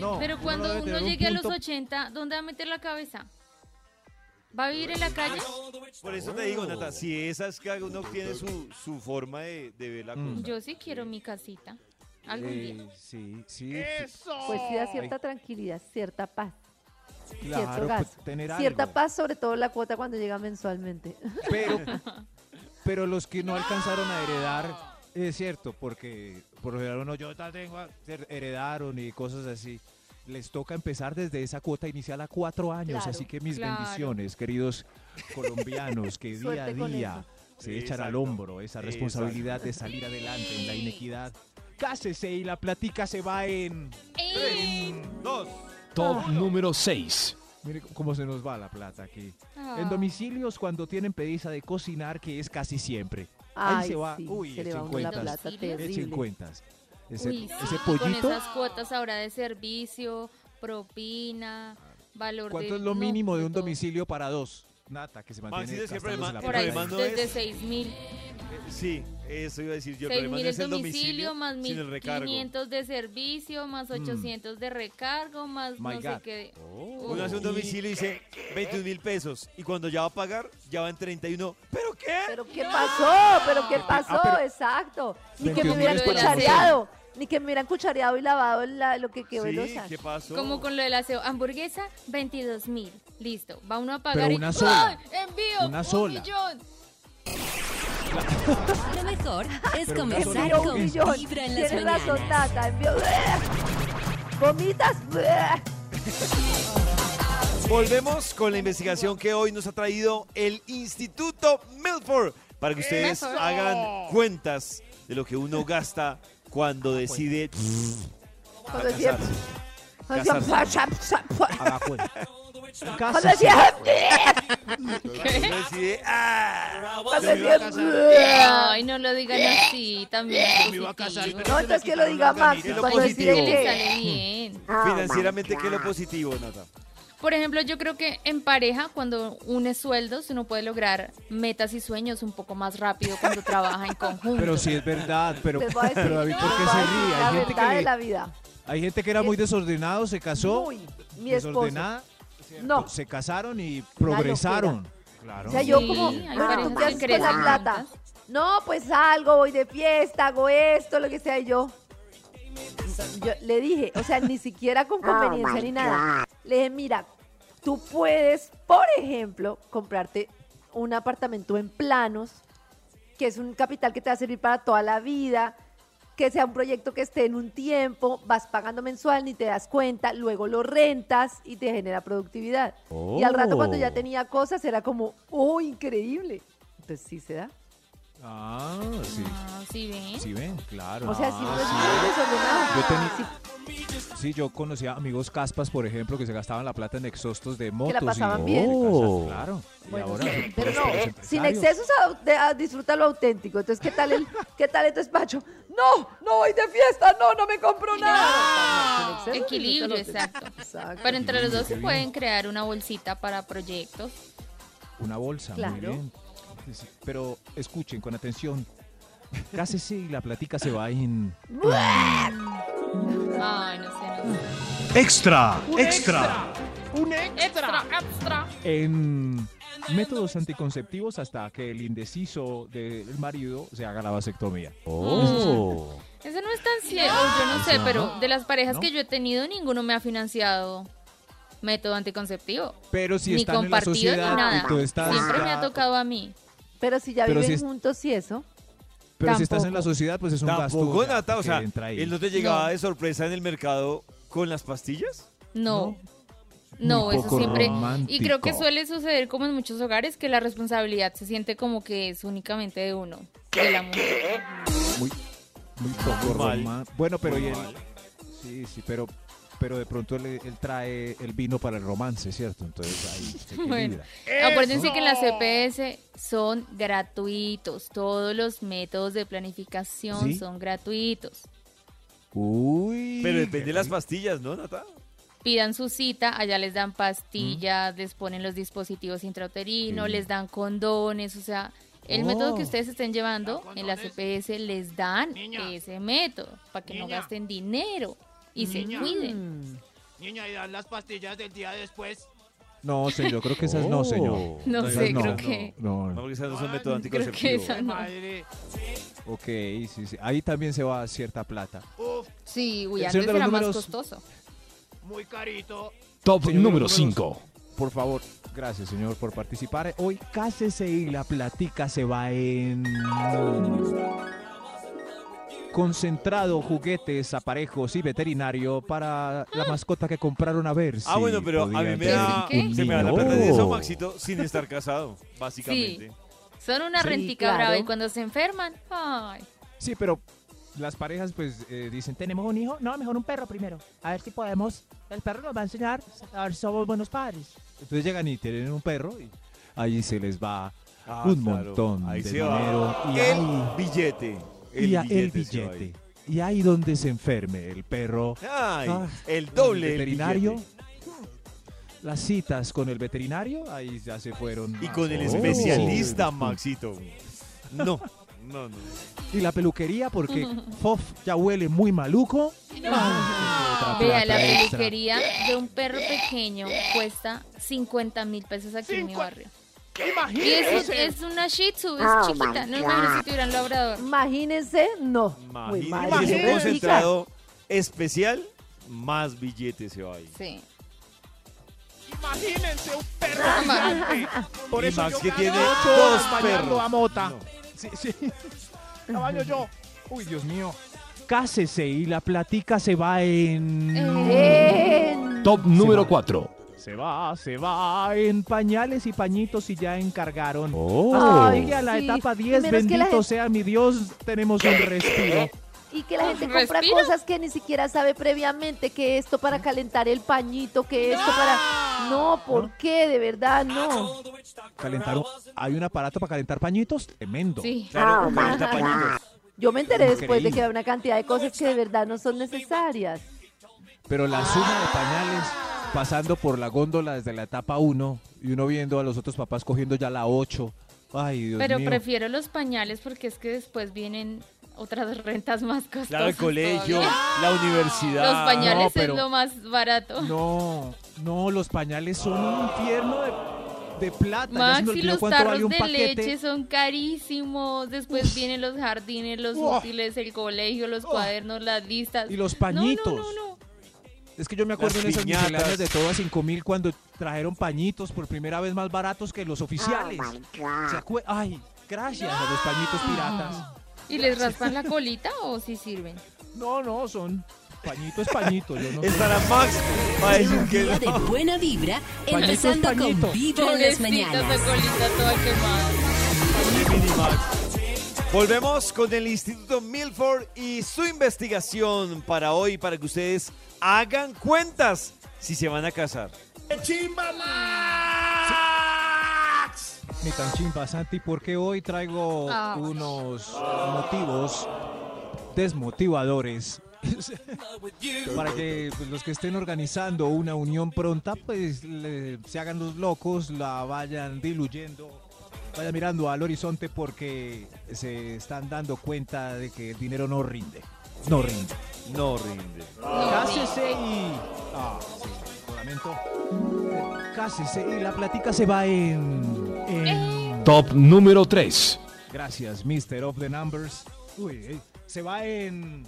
Speaker 3: No,
Speaker 4: Pero
Speaker 3: no
Speaker 4: cuando
Speaker 3: debe
Speaker 4: uno,
Speaker 3: tener un
Speaker 4: llegue a los
Speaker 3: punto-
Speaker 4: 80, ¿dónde va a meter la cabeza? ¿Va a vivir en la calle?
Speaker 2: Por eso te digo, Nata, si esas cada uno tiene su, su forma de, de ver la
Speaker 3: Mm.
Speaker 2: cosa.
Speaker 4: Yo sí quiero mi casita. Algún día.
Speaker 3: Eh, sí, sí,
Speaker 5: Pues sí da cierta tranquilidad, cierta paz,
Speaker 3: claro,
Speaker 5: cierto gas,
Speaker 3: pues, tener
Speaker 5: cierta
Speaker 3: algo.
Speaker 5: paz, sobre todo la cuota cuando llega mensualmente.
Speaker 3: Pero, pero los que no alcanzaron a heredar, es cierto, porque por lo general uno, yo ya tengo, a- her- heredaron y cosas así. Les toca empezar desde esa cuota inicial a cuatro años,
Speaker 5: Claro,
Speaker 3: así que mis
Speaker 4: claro.
Speaker 3: bendiciones, queridos colombianos, que día a
Speaker 5: Suerte con
Speaker 3: día
Speaker 5: eso.
Speaker 3: se
Speaker 2: Sí,
Speaker 3: echan al
Speaker 2: exacto.
Speaker 3: hombro esa
Speaker 2: Sí,
Speaker 3: responsabilidad de salir adelante en la inequidad. Cásese y la platica se va en...
Speaker 4: ¡Ey!
Speaker 2: Dos.
Speaker 8: Top número 6.
Speaker 3: Mire cómo se nos va la plata aquí.
Speaker 4: Ah.
Speaker 3: En domicilios cuando tienen pediza de cocinar, que es casi siempre. Ahí
Speaker 5: Ay,
Speaker 3: se va.
Speaker 5: sí,
Speaker 3: Uy,
Speaker 5: se le
Speaker 3: echen
Speaker 5: va a uno la
Speaker 3: cuentas.
Speaker 5: plata
Speaker 4: Echen
Speaker 3: Echen
Speaker 5: terrible.
Speaker 3: cuentas. Eh, Ese,
Speaker 4: Uy,
Speaker 3: ese
Speaker 4: sí, Con
Speaker 3: pollito.
Speaker 4: esas cuotas ahora de servicio, propina, valor
Speaker 3: ¿Cuánto
Speaker 4: del-
Speaker 3: es lo
Speaker 4: no,
Speaker 3: mínimo de un
Speaker 4: todo.
Speaker 3: domicilio para dos? Nata, que se mantiene
Speaker 2: Maxito, es que el problema-
Speaker 3: gastándose la
Speaker 2: el
Speaker 4: Por
Speaker 3: plata.
Speaker 4: ahí,
Speaker 2: problema no
Speaker 4: desde
Speaker 2: es-
Speaker 4: 6 mil.
Speaker 2: Eh, Sí, eso iba a decir yo. El
Speaker 4: 6
Speaker 2: problema
Speaker 4: mil
Speaker 2: no
Speaker 4: el
Speaker 2: es el
Speaker 4: domicilio,
Speaker 2: domicilio,
Speaker 4: más
Speaker 2: sino el recargo.
Speaker 4: 1500 de servicio, más 800 de recargo, más
Speaker 3: Mm. My
Speaker 4: no
Speaker 3: God. Oh.
Speaker 4: sé qué.
Speaker 2: Uno hace un domicilio y dice 21 mil pesos. Y cuando ya va a pagar, ya va en 31. ¿Pero qué?
Speaker 5: Pero ¿qué pasó? ¿Pero qué pasó?
Speaker 3: Ah, pero-
Speaker 5: Exacto. Ni que
Speaker 3: 22
Speaker 5: me hubieran
Speaker 4: mil para usted.
Speaker 5: cuchareado, ni que me hubieran cuchareado y lavado la- lo que quedó en
Speaker 2: Sí,
Speaker 5: los
Speaker 2: ¿qué pasó?
Speaker 4: Como con lo del aseo, hamburguesa, 22 mil. Listo, va uno a pagar
Speaker 3: Pero
Speaker 4: y-
Speaker 3: una sola.
Speaker 4: ¡Ay, envío,
Speaker 3: Una
Speaker 4: un
Speaker 3: sola.
Speaker 4: millón!
Speaker 1: Lo mejor es
Speaker 3: Pero una
Speaker 1: comenzar
Speaker 3: sola
Speaker 5: Envió un
Speaker 1: con
Speaker 5: millón.
Speaker 1: Vibra en las
Speaker 5: Tienes
Speaker 1: mañanas.
Speaker 5: razón, Tata. Envió... Vomitas.
Speaker 2: Volvemos con la investigación que hoy nos ha traído el Instituto Milford para que ustedes
Speaker 4: Milford.
Speaker 2: hagan cuentas de lo que uno gasta cuando decide
Speaker 5: Ah, Cuando decide-
Speaker 2: casarse.
Speaker 3: Haga cuenta.
Speaker 5: Cuando
Speaker 3: Cásese.
Speaker 5: decía-
Speaker 2: Cuando decide, "Ah,
Speaker 5: cuando
Speaker 3: Yo me iba a
Speaker 5: decía-
Speaker 4: Ay, no lo digan así, también.
Speaker 3: Me iba a casar,
Speaker 4: positivo.
Speaker 3: pero
Speaker 5: No,
Speaker 3: se me
Speaker 5: entonces que lo
Speaker 3: quitaron
Speaker 5: diga
Speaker 3: las
Speaker 5: Max.
Speaker 3: ganitas.
Speaker 2: lo
Speaker 5: Cuando decide
Speaker 2: positivo.
Speaker 4: Le
Speaker 5: que...
Speaker 4: sale bien.
Speaker 5: ah.
Speaker 2: Financieramente, ¿qué es lo positivo, Nata?
Speaker 4: Por ejemplo, yo creo que en pareja, cuando une sueldos, uno puede lograr metas y sueños un poco más rápido cuando trabaja en conjunto.
Speaker 3: Pero sí es verdad, pero,
Speaker 5: Les Pues voy a decir,
Speaker 3: pero David, ¿por qué
Speaker 5: les voy
Speaker 3: se
Speaker 5: a decir
Speaker 3: ríe?
Speaker 5: La
Speaker 3: Hay gente,
Speaker 5: verdad
Speaker 3: que
Speaker 5: de
Speaker 3: le-
Speaker 5: la vida.
Speaker 3: hay gente que era muy desordenado, se casó,
Speaker 5: Muy. Mi esposo.
Speaker 3: desordenada,
Speaker 5: No.
Speaker 3: se casaron y progresaron. Claro.
Speaker 5: O sea, yo
Speaker 4: Sí,
Speaker 5: como,
Speaker 4: hay
Speaker 5: bueno, ¿tú
Speaker 4: parejas
Speaker 5: qué
Speaker 4: que
Speaker 5: haces con la
Speaker 4: crecen
Speaker 5: plata? No, pues salgo, voy de fiesta, hago esto, lo que sea, y yo. Yo le dije, o sea, ni siquiera con conveniencia ni nada. Le dije, mira, tú puedes, por ejemplo, comprarte un apartamento en planos, que es un capital que te va a servir para toda la vida, que sea un proyecto que esté en un tiempo, vas pagando mensual, ni te das cuenta, luego lo rentas y te genera productividad. Y al rato cuando ya
Speaker 3: Oh.
Speaker 5: tenía cosas era como, oh, increíble. Entonces sí se da.
Speaker 3: Ah, sí.
Speaker 4: Ah, sí, ven.
Speaker 3: Sí, ven, claro.
Speaker 5: O sea, si
Speaker 3: Ah,
Speaker 5: no es
Speaker 3: sí.
Speaker 5: muy desordenado.
Speaker 3: Yo tenía-
Speaker 5: Sí,
Speaker 3: Sí, yo conocía amigos caspas, por ejemplo, que se gastaban la plata en exhaustos de motos. y-
Speaker 5: pasaban bien.
Speaker 3: Oh, claro. Y
Speaker 5: bueno,
Speaker 3: ahora
Speaker 5: sí,
Speaker 3: son
Speaker 5: pero no, eh,
Speaker 3: prósperos
Speaker 5: sin
Speaker 3: empresarios.
Speaker 5: excesos a- de- a- disfruta lo auténtico. Entonces, ¿qué tal el, qué tal el despacho? No, no voy de fiesta, no, no me compro nada. Sin excesos,
Speaker 4: Equilibrio,
Speaker 5: disfruta lo
Speaker 4: exacto.
Speaker 5: auténtico. Exacto.
Speaker 4: Pero entre los
Speaker 3: Lindo,
Speaker 4: dos
Speaker 3: qué
Speaker 4: se
Speaker 3: bien.
Speaker 4: pueden crear una bolsita para proyectos.
Speaker 3: Una bolsa, muy
Speaker 5: Claro.
Speaker 3: bien. Sí, Pero escuchen con atención. Cásese y la platica se va en...
Speaker 4: Ay, no sé, no sé.
Speaker 10: Extra,
Speaker 7: Un
Speaker 10: extra.
Speaker 7: Un extra.
Speaker 4: Extra, extra.
Speaker 3: en métodos anticonceptivos hasta que el indeciso del marido se haga la vasectomía.
Speaker 4: Oh. Eso no es tan cierto. Yo no sé, pero de las parejas que yo he tenido, ninguno me ha financiado método anticonceptivo.
Speaker 3: Pero si
Speaker 4: ni
Speaker 3: están en la
Speaker 4: compartido ni
Speaker 3: sociedad
Speaker 4: nada.
Speaker 3: y tú estás
Speaker 4: Siempre me
Speaker 3: ya-
Speaker 4: ha tocado a mí.
Speaker 5: Pero si ya
Speaker 3: Pero
Speaker 5: viven
Speaker 3: si es-
Speaker 5: juntos y eso.
Speaker 3: Pero si estás en
Speaker 4: Tampoco.
Speaker 3: la sociedad, pues es un
Speaker 2: Tampoco,
Speaker 3: gasto ya
Speaker 2: Nata, o
Speaker 3: que
Speaker 2: sea,
Speaker 3: entra ahí.
Speaker 2: ¿él no te llegaba
Speaker 4: No.
Speaker 2: de sorpresa en el mercado con las pastillas?
Speaker 4: No.
Speaker 3: No,
Speaker 4: No, eso
Speaker 3: poco
Speaker 4: siempre. Y
Speaker 3: romántico.
Speaker 4: creo que suele suceder como en muchos hogares que la responsabilidad se siente como que es únicamente de uno, de la mujer.
Speaker 3: muy, muy poco
Speaker 2: Muy mal.
Speaker 3: román- Bueno, pero
Speaker 2: Muy
Speaker 3: y él,
Speaker 2: mal.
Speaker 3: sí, sí, pero pero de pronto él, él trae el vino para el romance, ¿cierto? Entonces ahí se
Speaker 4: Bueno.
Speaker 3: equilibra.
Speaker 4: Acuérdense que en la CPS son gratuitos. Todos los métodos de planificación
Speaker 3: ¿Sí?
Speaker 4: son gratuitos.
Speaker 3: Uy.
Speaker 2: Pero depende de las pastillas, ¿no, Nata?
Speaker 4: Pidan su cita, allá les dan pastillas, les ponen los dispositivos intrauterinos,
Speaker 3: Mm. Sí.
Speaker 4: les dan condones, o sea, el
Speaker 3: Oh.
Speaker 4: método que ustedes estén llevando en la CPS les dan ese método para que no gasten dinero y se cuiden.
Speaker 3: Mm.
Speaker 7: Niña, y dan las pastillas del día después.
Speaker 3: No, señor, yo creo que esas no, señor.
Speaker 4: No
Speaker 3: Esas
Speaker 4: sé,
Speaker 3: no,
Speaker 4: creo que-
Speaker 2: No,
Speaker 3: no, no.
Speaker 2: porque esas no son método
Speaker 7: Ay,
Speaker 4: Ah, creo que
Speaker 2: anticonceptivo.
Speaker 4: esa- no.
Speaker 7: Madre.
Speaker 3: Ok, sí, sí. Ahí también se va cierta plata.
Speaker 7: Uf,
Speaker 4: Sí, uy,
Speaker 3: El
Speaker 4: antes
Speaker 3: señor de los
Speaker 4: era más
Speaker 3: números.
Speaker 4: costoso.
Speaker 7: muy carito.
Speaker 8: Top
Speaker 3: Señor,
Speaker 8: número
Speaker 3: números.
Speaker 8: 5.
Speaker 3: Por favor, gracias, señor, por participar. Hoy cásese y la platica se va en. Concentrado, juguetes, aparejos y veterinario para la mascota que compraron a ver.
Speaker 2: Ah,
Speaker 3: si
Speaker 2: bueno, pero a
Speaker 3: podía
Speaker 2: mí me
Speaker 3: tener
Speaker 2: da,
Speaker 4: ¿Qué?
Speaker 3: un
Speaker 2: se me da la
Speaker 3: niño.
Speaker 2: plata de eso, Maxito, sin estar casado, básicamente.
Speaker 4: Son una
Speaker 5: Sí,
Speaker 4: rentica
Speaker 5: claro.
Speaker 4: brava y cuando se enferman, ay,
Speaker 3: Sí, pero las parejas pues eh, dicen, tenemos un hijo, no, mejor un perro primero, a ver si podemos, el perro nos va a enseñar, a ver si somos buenos padres. Entonces llegan y tienen un perro y ahí se les va
Speaker 2: Ah,
Speaker 3: un
Speaker 2: claro.
Speaker 3: montón
Speaker 2: Ahí
Speaker 3: de
Speaker 2: se va.
Speaker 3: dinero y
Speaker 2: el
Speaker 3: ahí-
Speaker 2: billete.
Speaker 3: y a- el
Speaker 2: se va
Speaker 3: billete. Y ahí donde se enferme el perro,
Speaker 2: ahí. Ay,
Speaker 3: Ah,
Speaker 2: el doble.
Speaker 3: el
Speaker 2: del
Speaker 3: veterinario,
Speaker 2: billete.
Speaker 3: las citas con el veterinario, ahí ya se fueron.
Speaker 2: Y
Speaker 3: más.
Speaker 2: con el
Speaker 3: Oh.
Speaker 2: especialista, Maxito. No, no, no.
Speaker 3: Y la peluquería porque Fof ya huele muy maluco. Ah, otra
Speaker 4: Vea, la
Speaker 3: plata extra.
Speaker 4: peluquería de un perro pequeño cuesta 50 mil pesos aquí en mi
Speaker 7: Cincu-
Speaker 4: barrio. Y es, un-
Speaker 7: Imagínense.
Speaker 4: es una shih tzu, es chiquita. No imagino si tuvieran labrador.
Speaker 5: Imagínense, no. Muy mal.
Speaker 2: Imagínate, es un
Speaker 7: Imagínate.
Speaker 2: concentrado especial, más billetes se va ahí.
Speaker 4: Sí.
Speaker 7: Imagínense un perro gigante. Por
Speaker 2: Y
Speaker 7: eso
Speaker 2: Max
Speaker 7: yo
Speaker 2: que
Speaker 7: me
Speaker 2: tiene
Speaker 7: hago ocho
Speaker 2: dos
Speaker 7: horas bañando
Speaker 2: perros.
Speaker 7: a Mota.
Speaker 2: No.
Speaker 3: Sí, sí.
Speaker 7: La baño yo.
Speaker 3: Uy, Dios mío. Cásese y la platica se va en...
Speaker 4: Eh,
Speaker 5: Eh. En-
Speaker 8: Top
Speaker 3: va.
Speaker 8: número 4.
Speaker 3: Se va, se va en pañales y pañitos y ya encargaron. Hasta que
Speaker 5: Ay,
Speaker 3: llegue a la
Speaker 5: sí.
Speaker 3: etapa 10,
Speaker 5: Menos que la
Speaker 3: bendito
Speaker 5: gente-
Speaker 3: sea mi Dios, tenemos un respiro.
Speaker 5: Y que la gente compra
Speaker 4: Ah, Respira.
Speaker 5: cosas que ni siquiera sabe previamente, que esto para calentar el pañito, que esto para... No, ¿por qué? De verdad, no.
Speaker 3: Calentaron. Hay un aparato para calentar pañitos tremendo.
Speaker 4: Sí.
Speaker 2: Claro, calienta pañitos.
Speaker 5: Yo me enteré después de
Speaker 3: Increíble.
Speaker 5: que hay una cantidad de cosas que de verdad no son necesarias.
Speaker 3: Pero la suma de pañales pasando por la góndola desde la etapa 1 y uno viendo a los otros papás cogiendo ya la 8. Ay, Dios
Speaker 4: Pero
Speaker 3: mío.
Speaker 4: prefiero los pañales porque es que después vienen otras rentas más costosas.
Speaker 2: Claro, el colegio,
Speaker 4: todavía.
Speaker 2: la universidad.
Speaker 4: Los pañales
Speaker 3: pero-
Speaker 4: es lo más barato.
Speaker 3: No, no, los pañales son un infierno de de plata. ya se me
Speaker 4: Maxi,
Speaker 3: olvidó
Speaker 4: los
Speaker 3: cuánto vale
Speaker 4: tarros
Speaker 3: un
Speaker 4: de
Speaker 3: paquete.
Speaker 4: leche son carísimos. Después vienen los jardines, los
Speaker 3: Uah.
Speaker 4: útiles, el colegio, los
Speaker 3: Uah.
Speaker 4: cuadernos, las listas.
Speaker 3: Y los
Speaker 4: No, no, no,
Speaker 3: pañitos.
Speaker 4: no.
Speaker 3: Es que yo me acuerdo
Speaker 2: Las
Speaker 3: en esas
Speaker 2: piñatas.
Speaker 3: misceláneas de todo a 5 mil cuando trajeron pañitos por primera vez más baratos que los oficiales. ¿Se acue- Ay, gracias a los pañitos piratas.
Speaker 4: ¿Y les raspan la colita o si sirven?
Speaker 3: No, no, son pañitos, pañitos. Yo no sé.
Speaker 2: Estará Max para decir
Speaker 1: Un
Speaker 2: que
Speaker 1: día de
Speaker 2: no.
Speaker 1: buena vibra,
Speaker 3: Pañitos,
Speaker 1: empezando con
Speaker 3: pañitos.
Speaker 1: Vibra en las mañanas.
Speaker 4: la colita toda quemada.
Speaker 2: de Minimax. Volvemos con el Instituto Milford y su investigación para hoy, para que ustedes hagan cuentas si se van a casar.
Speaker 3: Ni tan chimba, Santi, porque hoy traigo
Speaker 4: Ah.
Speaker 3: unos motivos desmotivadores para que pues, los que estén organizando una unión pronta, pues le- se hagan los locos, la vayan diluyendo, vayan mirando al horizonte porque se están dando cuenta de que el dinero no rinde. No rinde.
Speaker 2: No rinde.
Speaker 3: Cásese y. Ah, sí, lo lamento. Eh, Cásese y la platica se va en. en-
Speaker 8: Top número 3.
Speaker 3: Gracias, Mr. of the Numbers. Uy, eh, se va en.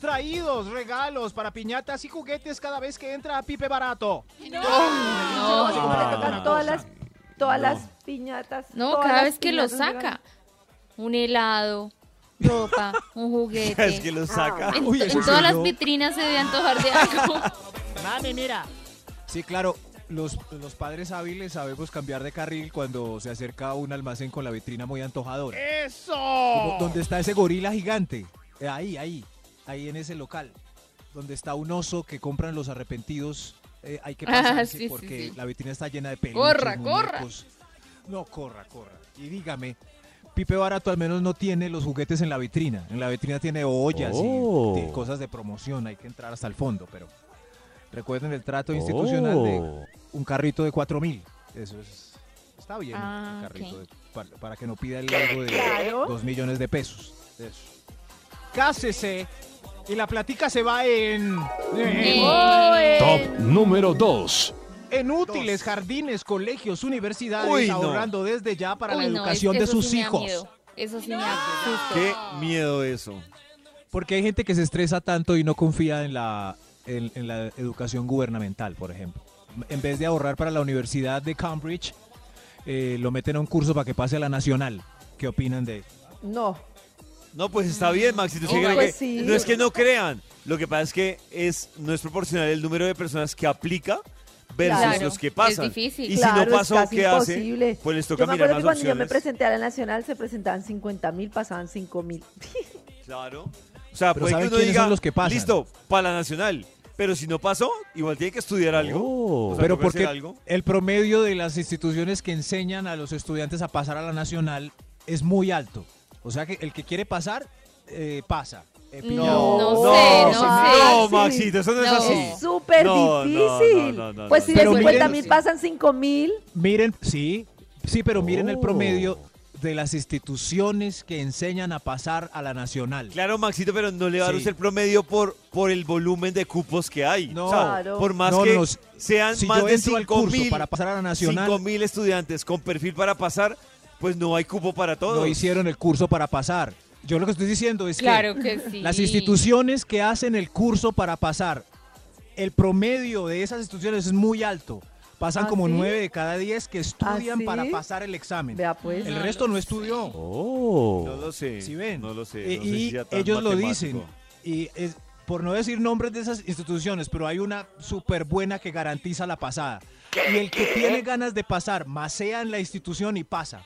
Speaker 3: Traídos regalos para piñatas y juguetes cada vez que entra Pipe Barato.
Speaker 5: No, así como le tocan
Speaker 3: Ah.
Speaker 5: todas las, todas las piñatas.
Speaker 4: No,
Speaker 5: todas
Speaker 4: cada
Speaker 5: las
Speaker 4: vez que lo
Speaker 5: piñatas eran-
Speaker 4: saca. Un helado, ropa, un juguete.
Speaker 2: Es que lo saca.
Speaker 4: En,
Speaker 3: Uy,
Speaker 4: to-
Speaker 3: eso
Speaker 4: en todas
Speaker 3: soy
Speaker 4: las
Speaker 3: yo.
Speaker 4: vitrinas se debe antojar de algo.
Speaker 3: Sí, claro. Los, los padres hábiles sabemos cambiar de carril cuando se acerca a un almacén con la vitrina muy antojadora. Como,
Speaker 7: ¡Eso!
Speaker 3: ¿Dónde está ese gorila gigante? Eh, Ahí, ahí, ahí en ese local. Donde está un oso que compran los arrepentidos. eh, hay que
Speaker 4: Ah,
Speaker 3: pasarse
Speaker 4: sí, sí,
Speaker 3: porque
Speaker 4: sí.
Speaker 3: la vitrina está llena de peluches.
Speaker 4: Corra, corra.
Speaker 3: muñecos. No, corra, corra. Y dígame, Pipe Barato al menos no tiene los juguetes en la vitrina. En la vitrina tiene ollas y-
Speaker 10: Oh.
Speaker 3: y, cosas de promoción. Hay que entrar hasta el fondo, pero recuerden el trato institucional de
Speaker 10: Oh.
Speaker 3: un carrito de 4000. Eso es. Está bien. un
Speaker 4: Ah,
Speaker 3: carrito
Speaker 4: ok.
Speaker 3: de- para, para que no pida el algo de
Speaker 5: Claro.
Speaker 3: 2 millones de pesos. Eso.
Speaker 7: Cásese y la platica se va en...
Speaker 4: Eh,
Speaker 8: Top número 2.
Speaker 7: En útiles, jardines, colegios, universidades,
Speaker 2: Uy, no.
Speaker 7: ahorrando desde ya para
Speaker 4: uy,
Speaker 7: la
Speaker 4: no,
Speaker 7: educación
Speaker 4: es-
Speaker 7: de
Speaker 4: eso
Speaker 7: sus
Speaker 4: sí me da
Speaker 7: hijos.
Speaker 4: miedo. Eso sí me da susto.
Speaker 2: Qué miedo eso.
Speaker 3: Porque hay gente que se estresa tanto y no confía en la, en, en la educación gubernamental, por ejemplo. En vez de ahorrar para la Universidad de Cambridge, eh, lo meten a un curso para que pase a la nacional. ¿Qué opinan de eso?
Speaker 5: No.
Speaker 2: No, pues está bien, Maxi.
Speaker 5: Oh, pues sí.
Speaker 2: No es que no crean. Lo que pasa es que es, no es proporcional el número de personas que aplica versus
Speaker 5: Claro.
Speaker 2: los que pasan.
Speaker 4: Es difícil.
Speaker 2: Y si
Speaker 5: claro,
Speaker 2: no
Speaker 5: es
Speaker 2: pasó,
Speaker 5: casi
Speaker 2: ¿qué
Speaker 5: imposible.
Speaker 2: hace? Pues les toca
Speaker 5: Yo me
Speaker 2: mirar
Speaker 5: acuerdo
Speaker 2: las
Speaker 5: que cuando yo me
Speaker 2: opciones.
Speaker 5: presenté a la Nacional se presentaban 50 mil, pasaban 5 mil.
Speaker 2: Claro. O sea,
Speaker 3: Pero
Speaker 2: puede que
Speaker 3: ¿saben
Speaker 2: uno
Speaker 3: quiénes
Speaker 2: diga,
Speaker 3: son los que pasan?
Speaker 2: listo, para la nacional. Pero si no pasó, igual tiene que estudiar algo.
Speaker 10: Oh.
Speaker 2: O sea,
Speaker 3: Pero
Speaker 2: toca hacer
Speaker 3: porque
Speaker 2: algo.
Speaker 3: el promedio de las instituciones que enseñan a los estudiantes a pasar a la nacional es muy alto. O sea que el que quiere pasar, eh, pasa. Eh,
Speaker 4: Mm,
Speaker 3: pillado.
Speaker 4: No sé, no sé.
Speaker 2: no,
Speaker 5: Sí.
Speaker 2: Maxito, eso no, es
Speaker 4: No.
Speaker 2: así.
Speaker 5: Es súper
Speaker 2: No, no,
Speaker 5: difícil.
Speaker 2: no, no, no,
Speaker 5: pues si
Speaker 3: no.
Speaker 5: de
Speaker 3: Pero
Speaker 5: 50
Speaker 3: miren-
Speaker 5: mil pasan 5 mil,
Speaker 3: Miren, sí, sí, pero miren el
Speaker 10: Oh.
Speaker 3: promedio de las instituciones que enseñan a pasar a la nacional.
Speaker 2: Claro, Maxito, pero no le vamos
Speaker 3: Sí.
Speaker 2: el promedio por, por el volumen de cupos que hay.
Speaker 3: No.
Speaker 2: O sea,
Speaker 5: Claro.
Speaker 2: por más
Speaker 3: No,
Speaker 2: que
Speaker 3: no, si-
Speaker 2: sean
Speaker 3: Si
Speaker 2: más
Speaker 3: yo
Speaker 2: de
Speaker 3: entro al curso
Speaker 2: 5.000
Speaker 3: para pasar a la nacional,
Speaker 2: 5.000 estudiantes con perfil para pasar, pues no hay cupo para todos.
Speaker 3: no hicieron el curso para pasar. Yo lo que estoy diciendo es
Speaker 4: Claro
Speaker 3: que
Speaker 4: que sí.
Speaker 3: las instituciones que hacen el curso para pasar, el promedio de esas instituciones es muy alto. Pasan
Speaker 5: ¿Ah,
Speaker 3: como
Speaker 5: sí?
Speaker 3: nueve de cada diez que estudian
Speaker 5: sí?
Speaker 3: para pasar el examen.
Speaker 5: vea pues.
Speaker 3: el resto no estudió.
Speaker 10: Oh.
Speaker 2: No lo sé.
Speaker 3: ¿Sí ven?
Speaker 2: No lo sé.
Speaker 3: Eh,
Speaker 2: no sé
Speaker 3: y
Speaker 2: si sea tan
Speaker 3: ellos lo
Speaker 2: matemático.
Speaker 3: dicen. Y es, por no decir nombres de esas instituciones, pero hay una súper buena que garantiza la pasada. Y el que tiene ganas de pasar, masea en la institución y pasa.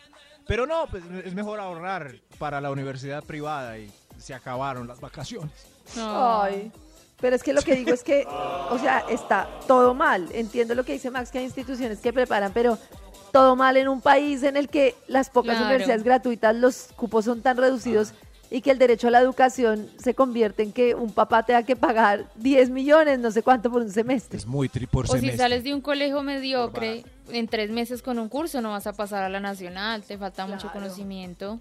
Speaker 3: Pero no, pues, es mejor ahorrar para la universidad privada y se acabaron las vacaciones.
Speaker 4: No.
Speaker 5: Ay. Pero es que lo que digo es que, o sea, está todo mal. Entiendo lo que dice Max, que hay instituciones que preparan, pero todo mal en un país en el que las pocas
Speaker 4: Claro.
Speaker 5: universidades gratuitas, los cupos son tan reducidos y que el derecho a la educación se convierte en que un papá tenga que pagar 10 millones, no sé cuánto por un semestre.
Speaker 3: Es muy tri por
Speaker 4: O si
Speaker 3: semestre.
Speaker 4: sales de un colegio mediocre, en tres meses con un curso no vas a pasar a la nacional, te falta mucho
Speaker 5: Claro.
Speaker 4: conocimiento.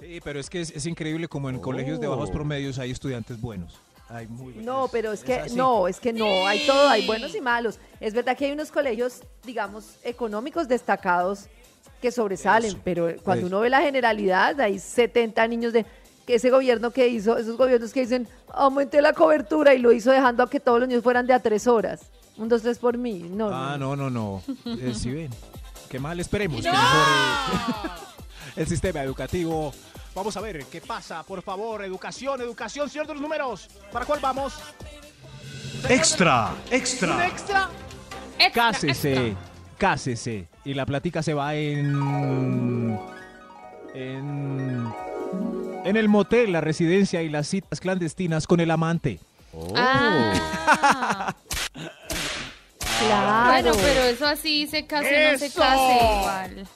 Speaker 3: Sí, pero es que es, es increíble como en
Speaker 10: Oh.
Speaker 3: colegios de bajos promedios hay estudiantes buenos. Hay muy buenas.
Speaker 5: No, pero es que
Speaker 3: así.
Speaker 5: no, es que no, hay todo, hay buenos y malos. Es verdad que hay unos colegios, digamos, económicos destacados que sobresalen,
Speaker 3: Eso,
Speaker 5: pero
Speaker 3: eso.
Speaker 5: cuando uno ve la generalidad, hay 70 niños de que ese gobierno que hizo, esos gobiernos que dicen, aumenté la cobertura y lo hizo dejando a que todos los niños fueran de a tres horas. Un, dos, tres por mí. No,
Speaker 3: Ah,
Speaker 5: no.
Speaker 3: no, no, no. Eh, si ven, qué mal, esperemos que mejore el sistema educativo. Vamos a ver qué pasa, por favor. Educación, educación, ciertos números. ¿Para cuál vamos?
Speaker 8: Extra,
Speaker 3: ¿Un
Speaker 8: extra.
Speaker 3: extra?
Speaker 4: Extra,
Speaker 3: Cásese,
Speaker 4: extra.
Speaker 3: cásese. Y la platica se va en... En... En el motel, la residencia y las citas clandestinas con el amante.
Speaker 5: Oh.
Speaker 4: Ah,
Speaker 5: Claro.
Speaker 4: bueno, pero eso así se case o no se case igual.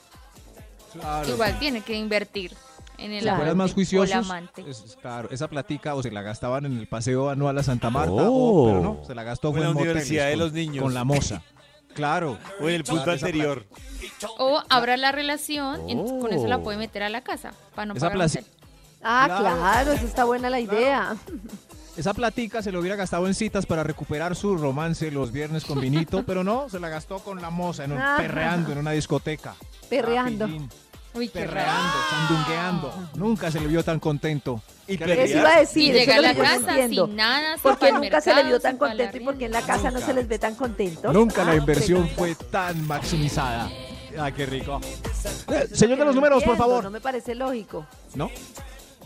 Speaker 4: Igual tiene que invertir en el
Speaker 5: Claro.
Speaker 3: fueran
Speaker 4: amante
Speaker 3: más
Speaker 4: o la
Speaker 3: juiciosos,
Speaker 4: amante.
Speaker 3: es- es- claro, esa platica o se la gastaban en el paseo anual a Santa Marta,
Speaker 10: Oh.
Speaker 3: o, pero no, se la gastó
Speaker 2: O
Speaker 3: fue
Speaker 2: en la
Speaker 3: en moteles
Speaker 2: Universidad de
Speaker 3: con-
Speaker 2: los Niños.
Speaker 3: con la moza. Claro.
Speaker 2: O en el punto
Speaker 3: Claro, esa
Speaker 2: anterior.
Speaker 4: O abra la relación y ent- con eso la
Speaker 10: Oh.
Speaker 4: puede meter a la casa para no
Speaker 3: Esa
Speaker 4: pagar
Speaker 3: plaza-
Speaker 4: hotel.
Speaker 5: Ah,
Speaker 3: Claro.
Speaker 5: claro, esa está buena la idea.
Speaker 3: Esa platica se lo hubiera gastado en citas para recuperar su romance los viernes con Vinito, pero no, se la gastó con la moza, en un,
Speaker 5: Ah.
Speaker 3: perreando en una discoteca.
Speaker 5: Perreando.
Speaker 3: Rapidín,
Speaker 4: Uy, qué raro.
Speaker 3: Perreando, sandungueando. Nunca se le vio tan contento.
Speaker 2: Y
Speaker 3: Qué
Speaker 5: Eso
Speaker 3: alegría.
Speaker 5: iba a decir.
Speaker 4: Y
Speaker 5: eso
Speaker 4: llega a
Speaker 5: es lo
Speaker 4: la
Speaker 5: que yo no
Speaker 4: casa
Speaker 5: entiendo.
Speaker 4: sin nada, sin
Speaker 5: ¿Por qué
Speaker 4: pa'l
Speaker 5: nunca se le
Speaker 4: mercado,
Speaker 5: vio tan
Speaker 4: sin pa'l
Speaker 5: contento y por qué en la
Speaker 4: arriendo?
Speaker 5: casa no se les ve tan contentos?
Speaker 3: Nunca
Speaker 5: Ah,
Speaker 3: la inversión
Speaker 5: perfecto.
Speaker 3: fue tan maximizada. Ah, qué rico. Eh, Señor de los números, por
Speaker 5: Entiendo,
Speaker 3: favor.
Speaker 5: No me parece lógico.
Speaker 3: ¿No?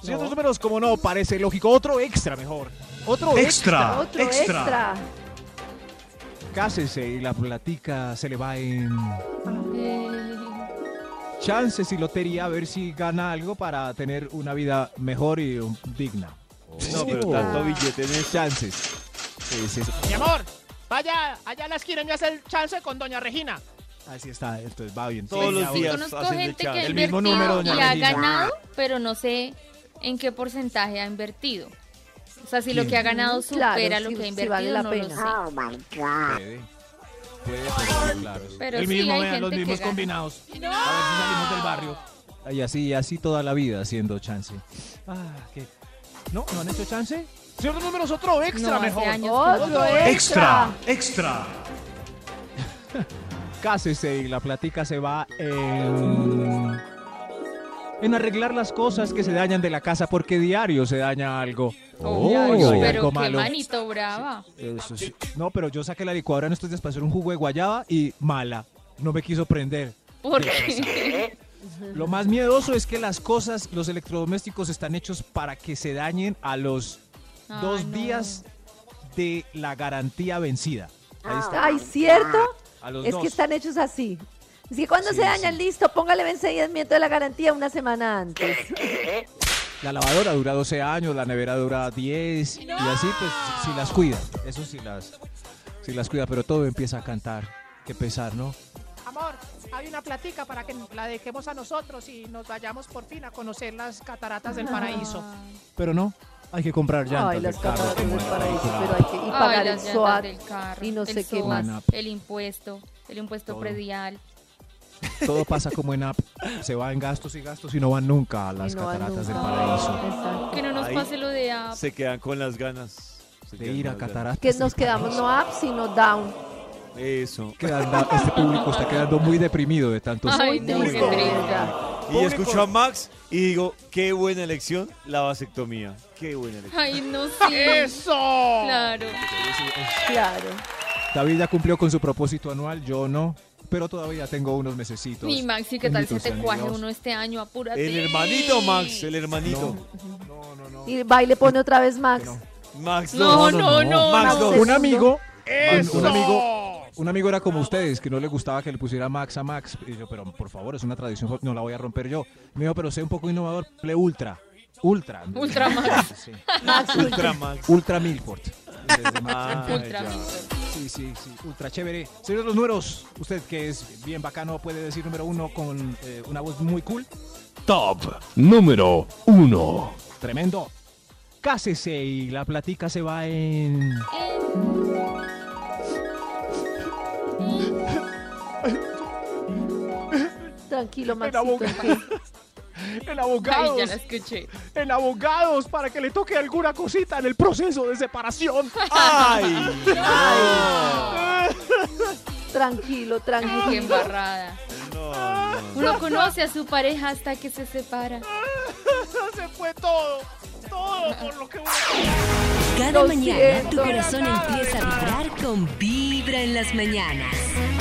Speaker 3: Si otros números, como no, parece lógico. Otro extra mejor. Otro Ah.
Speaker 8: Extra,
Speaker 5: Otro extra.
Speaker 8: extra.
Speaker 3: Cásese y la platica se le va en
Speaker 4: Eh,
Speaker 3: chances y lotería a ver si gana algo para tener una vida mejor y um, digna.
Speaker 2: No, pero
Speaker 10: Oh.
Speaker 2: tanto billete no es
Speaker 3: Chances. Sí, sí, sí.
Speaker 11: Mi amor, vaya allá a la esquina y me hace el chance con doña Regina.
Speaker 3: Así está, entonces va bien.
Speaker 2: Todos los
Speaker 4: sí,
Speaker 2: días
Speaker 4: conozco
Speaker 2: hacen de
Speaker 4: gente que
Speaker 2: chance.
Speaker 4: ha
Speaker 3: El mismo
Speaker 4: invertido
Speaker 3: número, doña
Speaker 4: y ha
Speaker 3: Regina.
Speaker 4: ganado, pero no sé en qué porcentaje ha invertido. O sea, si lo
Speaker 3: ¿Quién?
Speaker 4: que ha ganado supera
Speaker 5: Mm, Claro,
Speaker 4: lo
Speaker 5: sí,
Speaker 4: que ha
Speaker 5: sí
Speaker 4: invertido,
Speaker 5: vale la
Speaker 4: no
Speaker 5: pena. Ah,
Speaker 4: lo sé.
Speaker 3: Puede. Puede, pero claro.
Speaker 4: Pero
Speaker 7: El
Speaker 4: sí
Speaker 7: mismo,
Speaker 4: hay
Speaker 7: vean,
Speaker 4: gente
Speaker 7: los
Speaker 4: que
Speaker 7: mismos
Speaker 4: gana.
Speaker 7: combinados. A ver si salimos del barrio.
Speaker 3: Y así, y así toda la vida haciendo chance. Ah, ¿qué? ¿No? ¿No han hecho chance?
Speaker 7: Señor de los números, otro extra
Speaker 4: No, hace
Speaker 7: mejor.
Speaker 4: años que no.
Speaker 5: Otro extra.
Speaker 8: Extra, extra.
Speaker 3: Cásese y la platica se va en... En arreglar las cosas que se dañan de la casa porque diario se daña algo.
Speaker 4: Oh,
Speaker 3: Diario hay
Speaker 4: pero
Speaker 3: algo
Speaker 4: qué
Speaker 3: malo.
Speaker 4: manito brava.
Speaker 3: Eso sí. No, pero yo saqué la licuadora en estos días para hacer un jugo de guayaba y mala. No me quiso prender.
Speaker 4: Porque
Speaker 3: Lo más miedoso es que las cosas, los electrodomésticos están hechos para que se dañen a los
Speaker 4: Ah,
Speaker 3: dos
Speaker 4: no.
Speaker 3: días de la garantía vencida. Ahí está.
Speaker 5: Ay, ¿cierto?
Speaker 3: A los
Speaker 5: Ah. Es
Speaker 3: dos.
Speaker 5: que están hechos así. Es que cuando
Speaker 3: Sí,
Speaker 5: se dañan,
Speaker 3: sí.
Speaker 5: listo, póngale vencimiento de la garantía una semana antes.
Speaker 3: La lavadora dura 12 años, la nevera dura 10 y así pues si las cuida. Eso sí las, sí las cuida, pero todo empieza a cantar. Qué pesar, ¿no?
Speaker 11: Amor, hay una platica para que la dejemos a nosotros y nos vayamos por fin a conocer las cataratas del paraíso.
Speaker 3: Pero no, hay que comprar llantas
Speaker 5: Ay, las
Speaker 3: del carro.
Speaker 5: cámaras del paraíso, pero hay que y pagar
Speaker 4: Ay,
Speaker 5: el
Speaker 4: las llantas
Speaker 5: SOAT.
Speaker 4: del carro,
Speaker 5: y no
Speaker 4: el
Speaker 5: sé qué
Speaker 4: SOAT,
Speaker 3: más.
Speaker 4: El impuesto, el impuesto
Speaker 3: Todo.
Speaker 4: predial.
Speaker 3: Todo pasa como en app. Se va en gastos y gastos y no van nunca a las
Speaker 5: Y no van
Speaker 3: cataratas del
Speaker 5: nunca.
Speaker 3: paraíso.
Speaker 5: Exacto.
Speaker 4: Que no nos
Speaker 2: Ahí
Speaker 4: pase lo de ah,
Speaker 2: Se quedan con las ganas. Se
Speaker 3: De
Speaker 2: quedan
Speaker 3: ir a
Speaker 2: con las
Speaker 3: cataratas.
Speaker 5: Que
Speaker 3: del
Speaker 5: nos quedamos no up, sino down.
Speaker 2: ganas. Eso.
Speaker 3: paraíso. Quedando- este público está quedando muy deprimido de tantos.
Speaker 4: Ay,
Speaker 5: Pues Muy
Speaker 4: no, qué
Speaker 5: triste, de
Speaker 4: triste.
Speaker 5: verdad.
Speaker 2: Y escucho a Max y digo, qué buena elección, la vasectomía. Qué buena elección.
Speaker 4: Ay, no sé.
Speaker 11: ¡Eso!
Speaker 4: Claro.
Speaker 5: Claro.
Speaker 3: David ya cumplió con su propósito anual, yo no. Pero todavía tengo unos mesecitos.
Speaker 4: Mi Maxi, ¿qué tal se
Speaker 3: Benditos
Speaker 4: te
Speaker 3: sean
Speaker 4: cuaje
Speaker 3: Dios.
Speaker 4: uno este año? Apúrate.
Speaker 2: El hermanito Max, el hermanito.
Speaker 3: No, no, no, no.
Speaker 5: Y va y le pone otra vez Max.
Speaker 3: No.
Speaker 2: Max
Speaker 4: No,
Speaker 2: dos.
Speaker 4: no, no.
Speaker 2: Max
Speaker 5: no.
Speaker 2: dos.
Speaker 3: Un amigo, un, un
Speaker 11: ¡Eso!
Speaker 3: amigo, un amigo era como ustedes, que no le gustaba que le pusiera Max a Max. Y yo, pero por favor, es una tradición, no la voy a romper yo. Me dijo, pero sé un poco innovador, le ultra, ultra,
Speaker 4: Ultra Max.
Speaker 3: Sí.
Speaker 2: Ultra Max.
Speaker 3: ultra Milford. Desde
Speaker 2: Ah,
Speaker 3: Max.
Speaker 4: Ultra.
Speaker 2: ya.
Speaker 3: Sí, sí, sí, ultra chévere. Señor de los números, usted que es bien bacano puede decir número uno con eh, una voz muy cool.
Speaker 8: Top número uno.
Speaker 3: Tremendo. Cásese y la platica se va en.
Speaker 5: Tranquilo, Maxito. ¿en qué?
Speaker 8: en
Speaker 4: Ay, ya
Speaker 8: abogados,
Speaker 4: la escuché.
Speaker 8: en abogados, para que le toque alguna cosita en el proceso de separación.
Speaker 2: ¡Ay!
Speaker 5: Tranquilo,
Speaker 4: Qué
Speaker 5: tranquilo.
Speaker 4: embarrada.
Speaker 2: No, no.
Speaker 4: Uno conoce a su pareja hasta que se separa.
Speaker 8: Se fue todo, todo por lo que uno...
Speaker 1: Cada
Speaker 5: Lo
Speaker 1: mañana tu
Speaker 5: siento.
Speaker 1: corazón empieza a vibrar con Vibra en las mañanas.